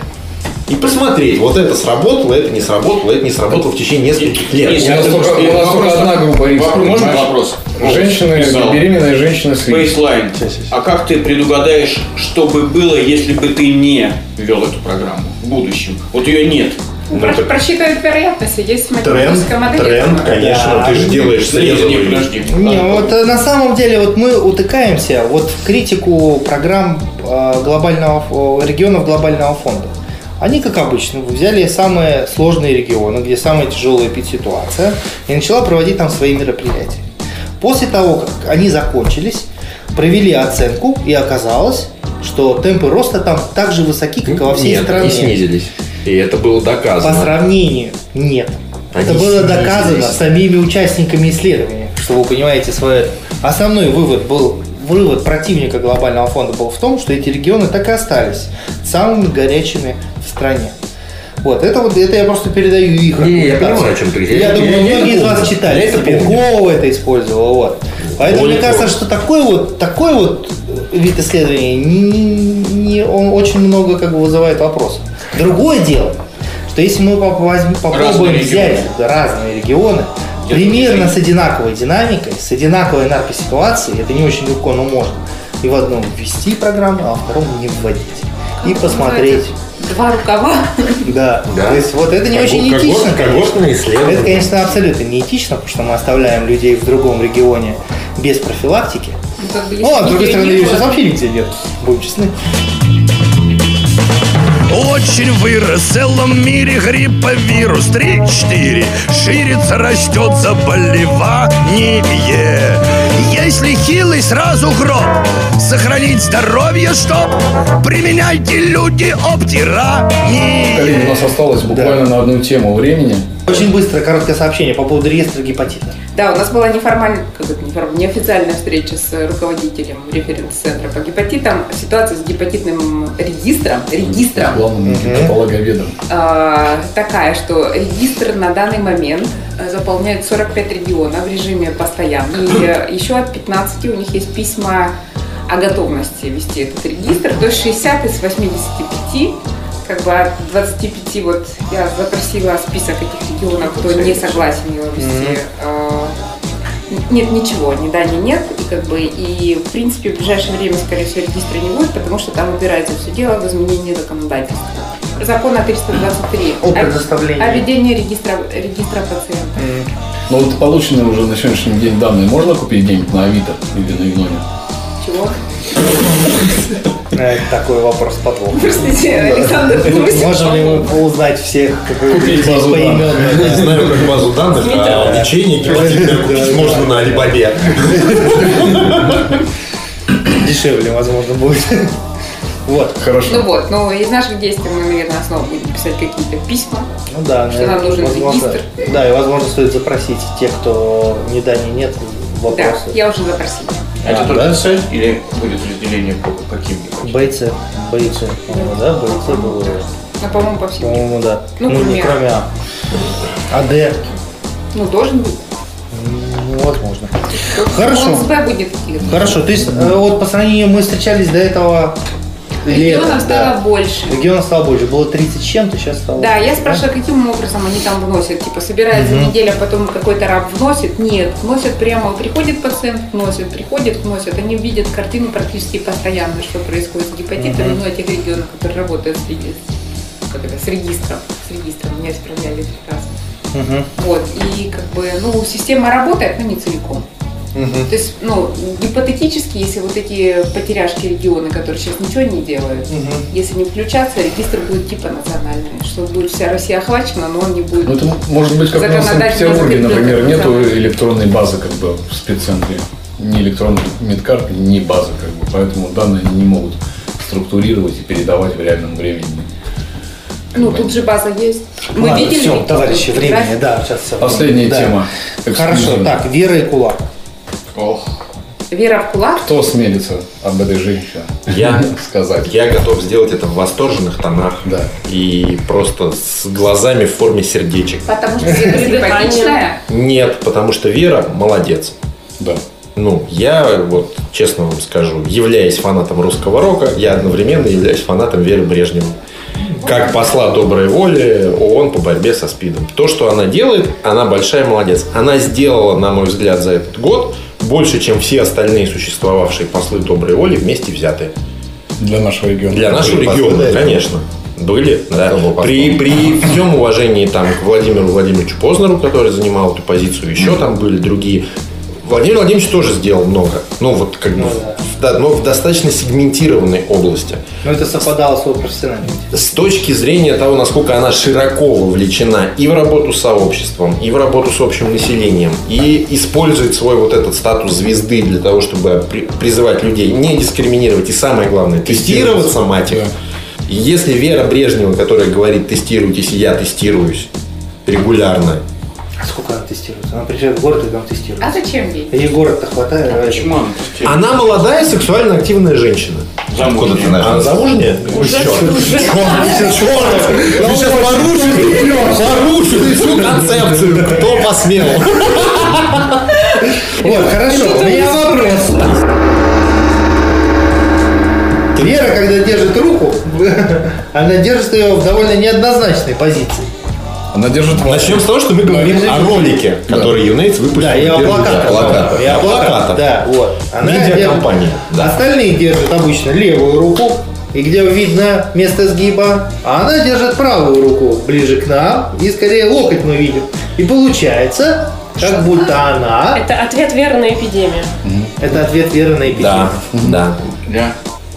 [SPEAKER 5] И посмотреть, вот это сработало, это не сработало, это не сработало в течение нескольких лет.
[SPEAKER 9] Если
[SPEAKER 3] У нас
[SPEAKER 9] это
[SPEAKER 3] только,
[SPEAKER 9] просто-
[SPEAKER 3] у нас
[SPEAKER 9] вопрос-
[SPEAKER 3] только одна группа риска.
[SPEAKER 9] Вопрос- Можно
[SPEAKER 3] понимаешь?
[SPEAKER 9] вопрос?
[SPEAKER 3] Женщины,
[SPEAKER 9] Писал.
[SPEAKER 3] беременные женщины с риском.
[SPEAKER 9] Бейслайн. А как ты предугадаешь, что бы было, если бы ты не вел эту программу в будущем? Вот ее нет.
[SPEAKER 2] ну,
[SPEAKER 8] Про- Просчитывают вероятности, есть математическая модель.
[SPEAKER 5] тренд, конечно, ты же делаешь
[SPEAKER 9] Не,
[SPEAKER 5] срезовый.
[SPEAKER 9] подожди. А,
[SPEAKER 2] Не, вот э, на самом деле вот мы утыкаемся вот в критику программ э, глобального ф- э, регионов глобального фонда. Они, как обычно, взяли самые сложные регионы, где самая тяжелая ситуация, и начала проводить там свои мероприятия. После того, как они закончились, провели оценку, и оказалось, что темпы роста там так же высоки, как и во всей
[SPEAKER 5] Ну, Нет,
[SPEAKER 2] стране.
[SPEAKER 5] они снизились. И это было
[SPEAKER 2] По
[SPEAKER 5] доказано.
[SPEAKER 2] сравнению, нет.
[SPEAKER 5] Они
[SPEAKER 2] это было
[SPEAKER 5] снизились.
[SPEAKER 2] доказано самими участниками исследования, что вы понимаете свое. это. Основной вывод был вывод противника глобального фонда был в том, что эти регионы так и остались самыми горячими в стране. Вот, это вот, это я просто передаю их.
[SPEAKER 5] Не, я
[SPEAKER 2] аргументацию.
[SPEAKER 5] понимаю, о чем ты говоришь.
[SPEAKER 2] Я,
[SPEAKER 5] Я-
[SPEAKER 2] думаю,
[SPEAKER 5] я- я это
[SPEAKER 2] многие из
[SPEAKER 5] помню.
[SPEAKER 2] вас читали.
[SPEAKER 5] Я это
[SPEAKER 2] Сипенкова это использовала, вот. Поэтому
[SPEAKER 5] Более
[SPEAKER 2] мне кажется,
[SPEAKER 5] того.
[SPEAKER 2] что такой вот, такой вот вид исследования, не- не- он очень много как бы вызывает вопросов. Другое дело, что если мы поп- возьм- попробуем
[SPEAKER 9] Разные
[SPEAKER 2] взять
[SPEAKER 9] регионы.
[SPEAKER 2] да, разные регионы, примерно с одинаковой динамикой, с одинаковой наркоситуацией, это не очень легко, но можно, и в одном ввести программу, а во втором не вводить. И посмотреть.
[SPEAKER 8] Два рукава.
[SPEAKER 2] Да.
[SPEAKER 5] Да.
[SPEAKER 2] То есть вот это не очень этично, конечно.
[SPEAKER 5] Когортное исследование.
[SPEAKER 2] Это, конечно, абсолютно неэтично, потому что мы оставляем людей в другом регионе без профилактики.
[SPEAKER 8] Ну, как бы, если
[SPEAKER 2] Ну, а с другой
[SPEAKER 8] нигде
[SPEAKER 2] стороны,
[SPEAKER 8] не
[SPEAKER 2] ее
[SPEAKER 8] было.
[SPEAKER 2] сейчас вообще нигде нет, будем честны.
[SPEAKER 10] Очень вырос в целом мире грипповирус 3-4 Ширится, растет заболевание Если хилый, сразу гроб Сохранить здоровье, чтоб Применяйте, люди, обтирание
[SPEAKER 7] Коллеги, у нас осталось буквально на одну тему времени.
[SPEAKER 2] Очень быстро короткое сообщение по поводу реестра гепатита.
[SPEAKER 8] Да, у нас была неформальная, как это неформ- неофициальная встреча с руководителем референс-центра по гепатитам. Ситуация с гепатитным регистром, регистром
[SPEAKER 7] Главным гепатологоведом.
[SPEAKER 8] а, такая, что регистр на данный момент э, заполняет 45 регионов в режиме постоянно. И э, еще от 15 у них есть письма о готовности вести этот регистр. То есть 60 из 85, как бы от 25, вот я запросила список этих регионов, кто не согласен его вести. э, н- Нет ничего, ни да, ни нет. И, как бы, и в принципе в ближайшее время, скорее всего, регистра не будет, потому что там убирается все дело в изменении законодательства. Закона 323
[SPEAKER 2] О предоставлении.
[SPEAKER 8] о ведении регистра, регистра пациента.
[SPEAKER 7] Но Ну вот полученные уже на сегодняшний день данные можно купить где-нибудь на Авито или на Игноме?
[SPEAKER 8] Чего?
[SPEAKER 2] Э, Такой вопрос подвох.
[SPEAKER 8] Ну, Простите, Александр,
[SPEAKER 2] Можем ли мы узнать всех как бы, людей
[SPEAKER 7] базу
[SPEAKER 2] поименно?
[SPEAKER 5] Не знаю, как базу данных, а лечение гепатита купить можно на Алибабе.
[SPEAKER 2] Дешевле, возможно, будет. Вот.
[SPEAKER 7] Хорошо.
[SPEAKER 8] Ну вот, ну из наших действий мы, наверное, снова будем писать какие-то письма.
[SPEAKER 2] Ну да,
[SPEAKER 8] Что нам нужен
[SPEAKER 2] возможно,
[SPEAKER 8] регистр.
[SPEAKER 2] да, и возможно стоит запросить тех, кто ни да, ни нет
[SPEAKER 8] Да,
[SPEAKER 2] вопросы.
[SPEAKER 8] я уже запросила.
[SPEAKER 9] Это
[SPEAKER 2] А,
[SPEAKER 9] только
[SPEAKER 2] да?
[SPEAKER 9] цель или будет разделение по каким-нибудь?
[SPEAKER 2] Бойцы, бойцы, по-моему, да, бойцы было,
[SPEAKER 8] Ну, по-моему, по всему.
[SPEAKER 2] по-моему, да.
[SPEAKER 8] Ну,
[SPEAKER 2] Ну, не
[SPEAKER 8] кроме А.
[SPEAKER 2] кроме А. А Д,
[SPEAKER 8] Ну, должен быть.
[SPEAKER 2] ну, возможно.
[SPEAKER 8] Он
[SPEAKER 2] Хорошо.
[SPEAKER 8] с Б будет какие-то.
[SPEAKER 2] Хорошо, то есть э, вот по сравнению мы встречались до этого лета,
[SPEAKER 8] Регионов стало
[SPEAKER 2] да.
[SPEAKER 8] больше.
[SPEAKER 2] Регионов стало больше, было 30 с чем-то, сейчас стало...
[SPEAKER 8] Да, я спрашиваю, каким образом они там вносят? Типа собирается неделя, потом какой-то раб вносит? Нет, вносят прямо. Приходит пациент, вносит, приходит, вносит. Они видят картину практически постоянно, что происходит с гепатитами, ну, этих регионов, которые работают с, реги- как это, с регистром. С регистром меня исправляли три раза.
[SPEAKER 2] Мгм.
[SPEAKER 8] Вот, и как бы, ну, система работает, но не целиком. То есть, ну, гипотетически, если вот эти потеряшки регионы, которые сейчас ничего не делают, если не включаться, регистр будет типа национальный, что будет вся Россия охвачена, но он не будет.
[SPEAKER 3] Ну, это может быть, как у нас в
[SPEAKER 8] законодательно
[SPEAKER 3] Санкт-Петербурге,
[SPEAKER 8] закреплен.
[SPEAKER 3] например, нету
[SPEAKER 8] Да.
[SPEAKER 3] электронной базы как бы в спеццентре. Ни электронных медкарт, ни базы, как бы. Поэтому данные не могут структурировать и передавать в реальном времени.
[SPEAKER 8] Ну, тут же база есть. Мы
[SPEAKER 2] Ладно,
[SPEAKER 8] видели.
[SPEAKER 2] Все, товарищи,
[SPEAKER 8] график.
[SPEAKER 2] времени, да, сейчас все.
[SPEAKER 3] Последняя
[SPEAKER 2] Да.
[SPEAKER 3] тема.
[SPEAKER 2] Хорошо,
[SPEAKER 3] Эксклюзивная.
[SPEAKER 2] так, Вера и Кулак.
[SPEAKER 3] Ох,
[SPEAKER 8] Вера в кулак.
[SPEAKER 3] кто смелится об этой женщине
[SPEAKER 5] Я,
[SPEAKER 3] сказать?
[SPEAKER 5] я готов сделать это в восторженных тонах
[SPEAKER 3] Да.
[SPEAKER 5] и просто с глазами в форме сердечек.
[SPEAKER 8] Потому что Вера симпатичная.
[SPEAKER 5] Нет, потому что Вера молодец.
[SPEAKER 3] Да.
[SPEAKER 5] Ну, я вот честно вам скажу, являясь фанатом русского рока, я одновременно являюсь фанатом Веры Брежневой. Как посла доброй воли ООН по борьбе со СПИДом. То, что она делает, она большая молодец. Она сделала, на мой взгляд, за этот год больше, чем все остальные существовавшие послы доброй воли вместе взятые.
[SPEAKER 3] Для нашего региона.
[SPEAKER 5] Для нашего
[SPEAKER 7] послы,
[SPEAKER 5] региона,
[SPEAKER 7] да,
[SPEAKER 5] конечно. Были, да.
[SPEAKER 7] был послом.
[SPEAKER 5] При, при всем уважении там, к Владимиру Владимировичу Познеру, который занимал эту позицию, еще там были другие. Владимир Владимирович тоже сделал много. Ну, вот как бы, в- да, но в достаточно сегментированной области.
[SPEAKER 2] Но Ну, это совпадало с его профессиональностью.
[SPEAKER 5] С точки зрения того, насколько она широко вовлечена и в работу с сообществом, и в работу с общим населением, и использует свой вот этот статус звезды для того, чтобы при- призывать людей не дискриминировать и самое главное, тестироваться, мать их. И Если Вера Брежнева, которая говорит «тестируйтесь, и я тестируюсь» регулярно,
[SPEAKER 2] Сколько она тестируется? Она приезжает в город и там
[SPEAKER 8] А
[SPEAKER 2] тестируется.
[SPEAKER 8] зачем ей?
[SPEAKER 2] Ей города-то хватает. а
[SPEAKER 9] Почему она пустила?
[SPEAKER 5] она молодая сексуально активная женщина.
[SPEAKER 7] Откуда
[SPEAKER 2] А
[SPEAKER 7] ты
[SPEAKER 9] Замужняя.
[SPEAKER 7] знаешь?
[SPEAKER 5] Она замужняя? сейчас всю концепцию. Кто посмел?
[SPEAKER 2] Вот, хорошо, у меня вопрос. Вера, когда держит руку, она держит ее в довольно неоднозначной позиции.
[SPEAKER 3] Она держит вас.
[SPEAKER 5] Начнем с того, что мы говорим о ролике, который Юнейтс выпустил.
[SPEAKER 2] Да, и о
[SPEAKER 5] в первый
[SPEAKER 2] плакатах.
[SPEAKER 5] день. О плакатах.
[SPEAKER 2] И о
[SPEAKER 5] О
[SPEAKER 2] плакатах,
[SPEAKER 5] плакатах.
[SPEAKER 2] да, вот.
[SPEAKER 5] Медиакомпания,
[SPEAKER 2] держит-
[SPEAKER 5] да.
[SPEAKER 2] Остальные держат обычно левую руку, и где видно место сгиба, а она держит правую руку ближе к нам, и скорее локоть мы видим. И получается, как будто она...
[SPEAKER 1] Это ответ веры на эпидемию.
[SPEAKER 2] Это ответ Веры на эпидемию.
[SPEAKER 5] Да, да.
[SPEAKER 9] Да.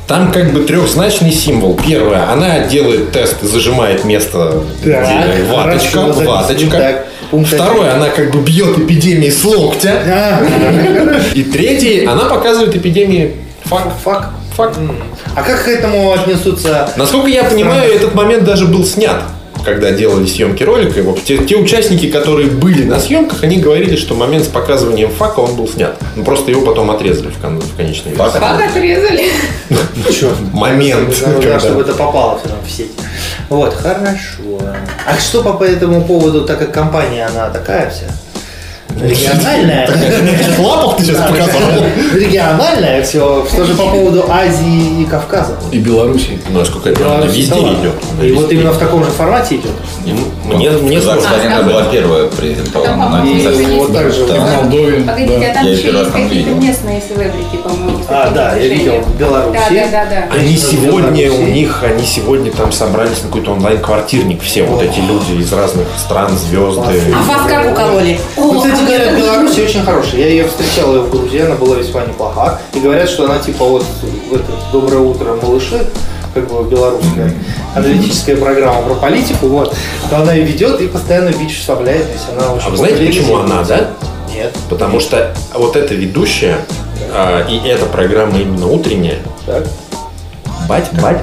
[SPEAKER 5] Там как бы трехзначный символ. Первое, она делает тест и зажимает место,
[SPEAKER 2] Так,
[SPEAKER 5] где ваточка,
[SPEAKER 2] хорошо, записываем.
[SPEAKER 5] ваточка.
[SPEAKER 2] Так, пункт
[SPEAKER 5] Второе, она как бы бьет эпидемии с локтя.
[SPEAKER 2] А,
[SPEAKER 5] И третье, она показывает эпидемии факт.
[SPEAKER 2] Фак.
[SPEAKER 5] Факт.
[SPEAKER 2] А как к этому отнесутся?
[SPEAKER 5] Насколько я понимаю, этот момент даже был снят, когда делали съемки ролика. И, в общем, те, те участники, которые были на съемках, они говорили, что момент с показыванием фака, он был снят. Ну, просто его потом отрезали в, кон- в конечной версии.
[SPEAKER 8] Фак отрезали.
[SPEAKER 5] Момент.
[SPEAKER 2] Надо, да,
[SPEAKER 5] когда-
[SPEAKER 2] чтобы это попало всё равно в сеть. Вот, хорошо. А что по, по этому поводу, так как компания, она такая вся?
[SPEAKER 5] Ну,
[SPEAKER 2] Региональная.
[SPEAKER 5] Лапов ты сейчас показал.
[SPEAKER 2] Региональная все. Что же по поводу Азии и Кавказа?
[SPEAKER 3] И Беларуси.
[SPEAKER 5] Насколько я понимаю, она
[SPEAKER 2] Беларусь,
[SPEAKER 5] а везде
[SPEAKER 2] да ладно.
[SPEAKER 5] идет. Она
[SPEAKER 2] И
[SPEAKER 5] везде
[SPEAKER 2] вот именно в таком же формате идет.
[SPEAKER 5] идет. Мне, мне сложно.
[SPEAKER 7] Казахстане была первая презентована. на
[SPEAKER 2] И
[SPEAKER 5] А,
[SPEAKER 7] Кинзасе.
[SPEAKER 2] вот так же.
[SPEAKER 7] Да.
[SPEAKER 2] вот.
[SPEAKER 3] Молдове.
[SPEAKER 8] Погодите, а там
[SPEAKER 7] Я
[SPEAKER 8] еще
[SPEAKER 7] первый
[SPEAKER 8] есть
[SPEAKER 7] раз там
[SPEAKER 8] какие-то
[SPEAKER 7] видел.
[SPEAKER 8] местные селебрити, по-моему. с
[SPEAKER 2] А,
[SPEAKER 8] таким
[SPEAKER 2] да, я видел
[SPEAKER 8] отношением.
[SPEAKER 2] в Беларуси.
[SPEAKER 8] Да, да, да, да.
[SPEAKER 5] Они
[SPEAKER 2] Конечно,
[SPEAKER 5] сегодня, у
[SPEAKER 2] Беларусь.
[SPEAKER 5] них, они сегодня там собрались на какой-то онлайн-квартирник, все вот эти люди из разных стран, звезды.
[SPEAKER 8] А вас как укололи?
[SPEAKER 2] Ну, кстати говоря, Беларусь очень хорошая. Я ее встречал ее в Грузии, она была весьма неплоха. И говорят, что она типа вот в это «Доброе утро, малыши», как бы белорусская аналитическая программа про политику, вот. Но она ее ведет и постоянно бич вставляет. То есть она очень
[SPEAKER 5] А вы знаете, почему она, да?
[SPEAKER 2] Нет.
[SPEAKER 5] Потому что вот эта ведущая а, и эта программа именно утренняя,
[SPEAKER 2] Так.
[SPEAKER 5] батька,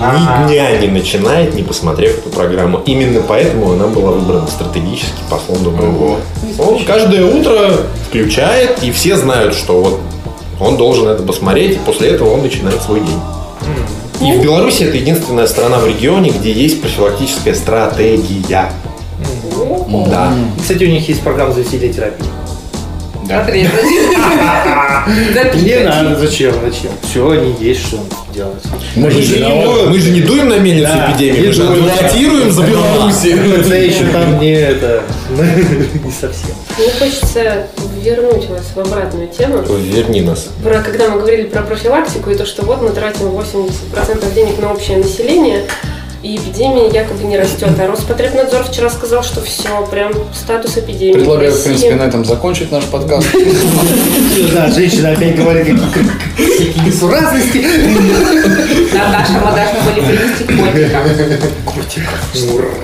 [SPEAKER 2] Ага.
[SPEAKER 5] ни дня не начинает, не посмотрев эту программу. Именно поэтому она была выбрана стратегически послом Доброго. Он каждое утро включает, и все знают, что вот он должен это посмотреть, и после этого он начинает свой день. И в Беларуси это единственная страна в регионе, где есть профилактическая стратегия. Да.
[SPEAKER 2] И, Кстати, у них есть программа заведения терапии.
[SPEAKER 8] Отрезали.
[SPEAKER 2] Не надо, зачем, зачем? Все, они есть, что делать.
[SPEAKER 8] а
[SPEAKER 3] Мы
[SPEAKER 5] Мы же, не, а мы же не дуем на мельницу
[SPEAKER 2] Да,
[SPEAKER 5] эпидемии,
[SPEAKER 2] не
[SPEAKER 5] мы же
[SPEAKER 2] дуем.
[SPEAKER 5] адвокатируем за Беларусь.
[SPEAKER 2] Это еще там не это, не совсем.
[SPEAKER 1] Мне хочется вернуть вас в обратную тему.
[SPEAKER 5] Верни нас.
[SPEAKER 1] Про, когда мы говорили про профилактику и то, что вот мы тратим 80% денег на общее население, и эпидемия якобы не растет. А Роспотребнадзор вчера сказал, что все, прям статус эпидемии.
[SPEAKER 3] Предлагаю, в
[SPEAKER 1] России.
[SPEAKER 3] принципе, на этом закончить наш подкаст.
[SPEAKER 2] Да, женщина опять говорит какие- как- какие несуразности.
[SPEAKER 8] Наташа, мы должны были принести котика.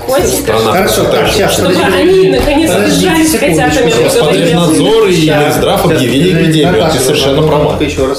[SPEAKER 1] Котик.
[SPEAKER 5] А,
[SPEAKER 2] Хорошо, так, сейчас,
[SPEAKER 1] Чтобы
[SPEAKER 2] подожди.
[SPEAKER 1] они наконец
[SPEAKER 2] Подождите
[SPEAKER 1] сбежались с
[SPEAKER 2] секундочку.
[SPEAKER 1] котятами. а то я
[SPEAKER 5] Роспотребнадзор и
[SPEAKER 2] Сейчас.
[SPEAKER 5] Минздрав
[SPEAKER 2] Сейчас,
[SPEAKER 5] объявили
[SPEAKER 2] подожди,
[SPEAKER 5] эпидемию.
[SPEAKER 2] Наташа,
[SPEAKER 5] Ты совершенно
[SPEAKER 2] Наташа,
[SPEAKER 5] права.
[SPEAKER 2] ну-ка Еще раз.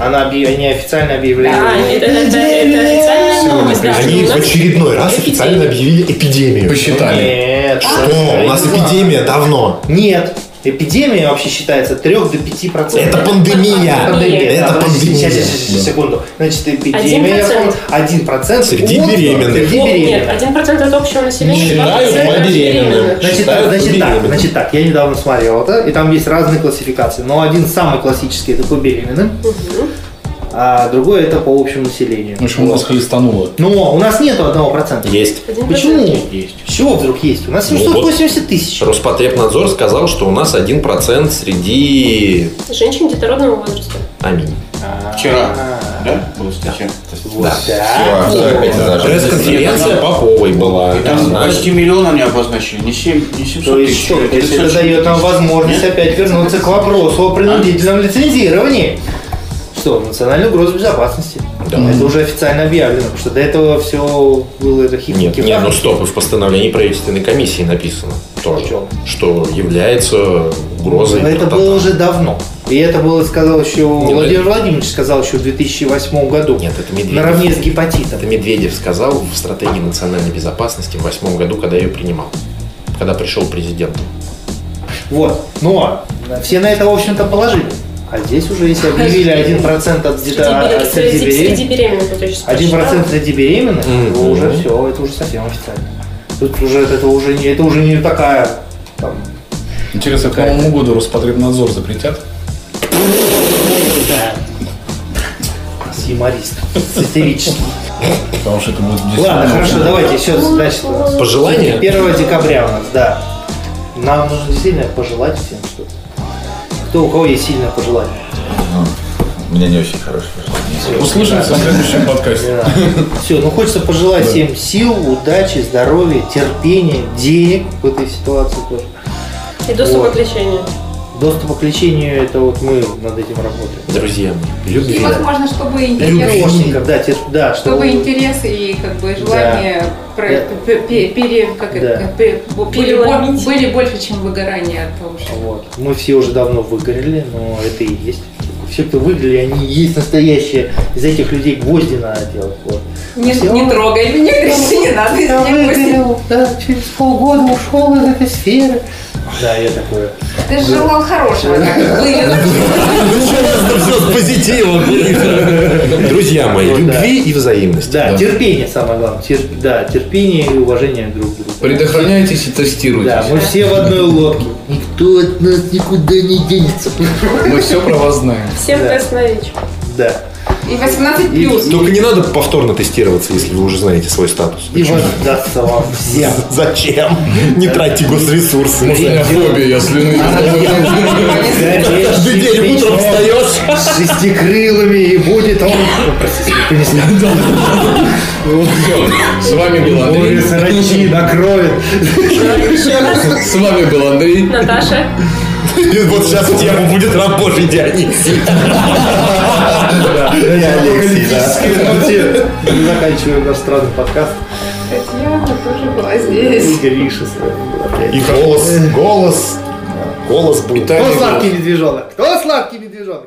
[SPEAKER 2] Она объ- они официально объявляли.
[SPEAKER 1] Да, это, это- это официальная новость. да,
[SPEAKER 5] Они в
[SPEAKER 1] что у нас
[SPEAKER 5] очередной раз
[SPEAKER 1] эпидемия.
[SPEAKER 5] официально объявили эпидемию.
[SPEAKER 3] Посчитали.
[SPEAKER 2] Нет.
[SPEAKER 5] Что? У нас эпидемия давно.
[SPEAKER 2] Нет. Эпидемия вообще считается 3 до 5 процентов.
[SPEAKER 5] Это пандемия.
[SPEAKER 1] пандемия.
[SPEAKER 5] Это пандемия.
[SPEAKER 2] Сейчас, секунду. Значит, эпидемия
[SPEAKER 1] 1%.
[SPEAKER 2] 1%
[SPEAKER 5] Среди
[SPEAKER 2] от-
[SPEAKER 5] беременных.
[SPEAKER 2] Среди
[SPEAKER 1] О,
[SPEAKER 2] беременных.
[SPEAKER 1] Нет, 1% от общего населения.
[SPEAKER 5] Считают
[SPEAKER 1] 2%
[SPEAKER 5] по беременным.
[SPEAKER 2] Значит,
[SPEAKER 5] Считают
[SPEAKER 2] так, значит, так,
[SPEAKER 5] беременным.
[SPEAKER 2] значит так, я недавно смотрел это, и там есть разные классификации. Но один самый классический это по беременным, а другой это по общему населению.
[SPEAKER 3] В общем, у нас хлестануло.
[SPEAKER 2] Но у нас нету одного процента.
[SPEAKER 5] Есть.
[SPEAKER 1] 1%.
[SPEAKER 2] Почему?
[SPEAKER 5] Есть.
[SPEAKER 2] С чего вдруг есть? У нас
[SPEAKER 5] Ну
[SPEAKER 2] 780 тысяч.
[SPEAKER 5] Роспотребнадзор сказал, что у нас 1% среди...
[SPEAKER 1] Женщин детородного возраста.
[SPEAKER 5] Аминь.
[SPEAKER 2] А.
[SPEAKER 9] Вчера, да, была статья?
[SPEAKER 5] Да.
[SPEAKER 7] Всё, всё, опять зажали.
[SPEAKER 5] Пресс-конференция Поповой была.
[SPEAKER 9] И там
[SPEAKER 5] Она-
[SPEAKER 9] почти миллион они обозначили, не семь, не
[SPEAKER 2] То
[SPEAKER 9] 700
[SPEAKER 2] есть
[SPEAKER 9] тысяч.
[SPEAKER 2] что, то есть это дает нам возможность опять вернуться к вопросу о принудительном лицензировании. Что, национальная угроза безопасности.
[SPEAKER 5] Да.
[SPEAKER 2] Это уже официально объявлено, потому что до этого все было это
[SPEAKER 5] Нет,
[SPEAKER 2] хихики.
[SPEAKER 5] не, ну стоп, и в постановлении правительственной комиссии написано тоже,
[SPEAKER 2] Чё?
[SPEAKER 5] что является угрозой.
[SPEAKER 2] Но это
[SPEAKER 5] Та-та-та.
[SPEAKER 2] было уже давно. И это было, сказал еще,
[SPEAKER 5] ну,
[SPEAKER 2] Владимир
[SPEAKER 5] это-
[SPEAKER 2] Владимирович сказал еще в 2008 году.
[SPEAKER 5] Нет, это Медведев.
[SPEAKER 2] Наравне с гепатитом.
[SPEAKER 5] Это Медведев сказал в стратегии национальной безопасности в восьмом году, когда я ее принимал. Когда пришел президент.
[SPEAKER 2] Вот. Но все на это, в общем-то, положили. А здесь уже, если объявили 1% от
[SPEAKER 1] Среди,
[SPEAKER 2] деда-
[SPEAKER 1] бере-
[SPEAKER 2] от
[SPEAKER 1] среди,
[SPEAKER 2] среди
[SPEAKER 1] среди
[SPEAKER 2] беременных,
[SPEAKER 1] беременных, вот я сейчас
[SPEAKER 2] 1%
[SPEAKER 1] прочитала.
[SPEAKER 2] среди беременных,
[SPEAKER 5] Мгм.
[SPEAKER 2] то уже все, это уже совсем официально. Тут уже это, это уже не это уже не такая там,
[SPEAKER 3] Интересно, к Новому году Роспотребнадзор запретят?
[SPEAKER 2] с юморист, с истерический.
[SPEAKER 3] Потому что это будет
[SPEAKER 2] Ладно,
[SPEAKER 3] действительно
[SPEAKER 2] хорошо,
[SPEAKER 3] очень-
[SPEAKER 2] давайте еще, значит,
[SPEAKER 5] Пожелания?
[SPEAKER 2] 1 декабря у нас, да. Нам нужно действительно пожелать всем что-то. Кто у кого есть сильное пожелание?
[SPEAKER 7] У меня не очень хорошее пожелание.
[SPEAKER 3] Услышимся в следующем подкасте.
[SPEAKER 2] Все, ну хочется пожелать всем сил, удачи, здоровья, терпения, денег в этой ситуации тоже.
[SPEAKER 1] И доступа
[SPEAKER 2] Вот.
[SPEAKER 1] к лечению.
[SPEAKER 2] Доступа к лечению, это вот мы над этим работаем.
[SPEAKER 5] Друзья мои,
[SPEAKER 8] И,
[SPEAKER 5] любви.
[SPEAKER 8] возможно, чтобы интерес,
[SPEAKER 2] Перевозчиков, да, те- да, что
[SPEAKER 8] чтобы интерес и как бы желание про-
[SPEAKER 2] Да.
[SPEAKER 8] пе- пе- пере- как это,
[SPEAKER 2] Да.
[SPEAKER 8] пе- бо- были
[SPEAKER 1] Переломить.
[SPEAKER 8] бо- были больше, чем выгорание от того, что
[SPEAKER 2] Вот. Мы все уже давно выгорели, но это и есть. Все, кто выгорели, они и есть настоящие. Из этих людей гвозди надо делать. Вот.
[SPEAKER 8] не,
[SPEAKER 2] Всё.
[SPEAKER 8] не трогай меня, говорит, не надо из
[SPEAKER 2] Я
[SPEAKER 8] меня гостей.
[SPEAKER 2] выгорел, да, через полгода ушел из этой сферы. Да, я такое.
[SPEAKER 8] Ты же желал хорошего, как вывез.
[SPEAKER 5] Друзья мои,
[SPEAKER 2] Ну Да.
[SPEAKER 5] любви и взаимности.
[SPEAKER 2] Да, терпение самое главное. Тер- да, терпение и уважение друг к другу.
[SPEAKER 3] Предохраняйтесь и
[SPEAKER 2] Да,
[SPEAKER 3] тестируйтесь.
[SPEAKER 2] мы все в одной лодке. Никто от нас никуда не денется.
[SPEAKER 3] Мы все про вас знаем.
[SPEAKER 1] Всем
[SPEAKER 2] Да.
[SPEAKER 1] тест на ВИЧ.
[SPEAKER 2] Да.
[SPEAKER 8] И 18 плюс.
[SPEAKER 5] Только не надо повторно тестироваться, если вы уже знаете свой статус.
[SPEAKER 2] И воздастся вам всем.
[SPEAKER 5] Зачем? Не тратьте госресурсы.
[SPEAKER 3] Фобия, я слюны.
[SPEAKER 2] Каждый день утром встаешь с шестикрылыми и будет он... Ой, Простите, понесли.
[SPEAKER 3] С вами был
[SPEAKER 2] Ой,
[SPEAKER 3] Андрей.
[SPEAKER 2] срачи накроет.
[SPEAKER 3] С вами был Андрей.
[SPEAKER 1] Наташа.
[SPEAKER 5] Вот сейчас в тему будет а рабочий Дионисий.
[SPEAKER 2] Да, я Алексей, да. Ну, типа, Заканчиваем наш странный подкаст.
[SPEAKER 8] Татьяна тоже была здесь.
[SPEAKER 2] И Гриша с вами был опять.
[SPEAKER 5] И голос, голос, голос будет.
[SPEAKER 2] Кто сладкий медвежонок? Кто сладкий медвежонок?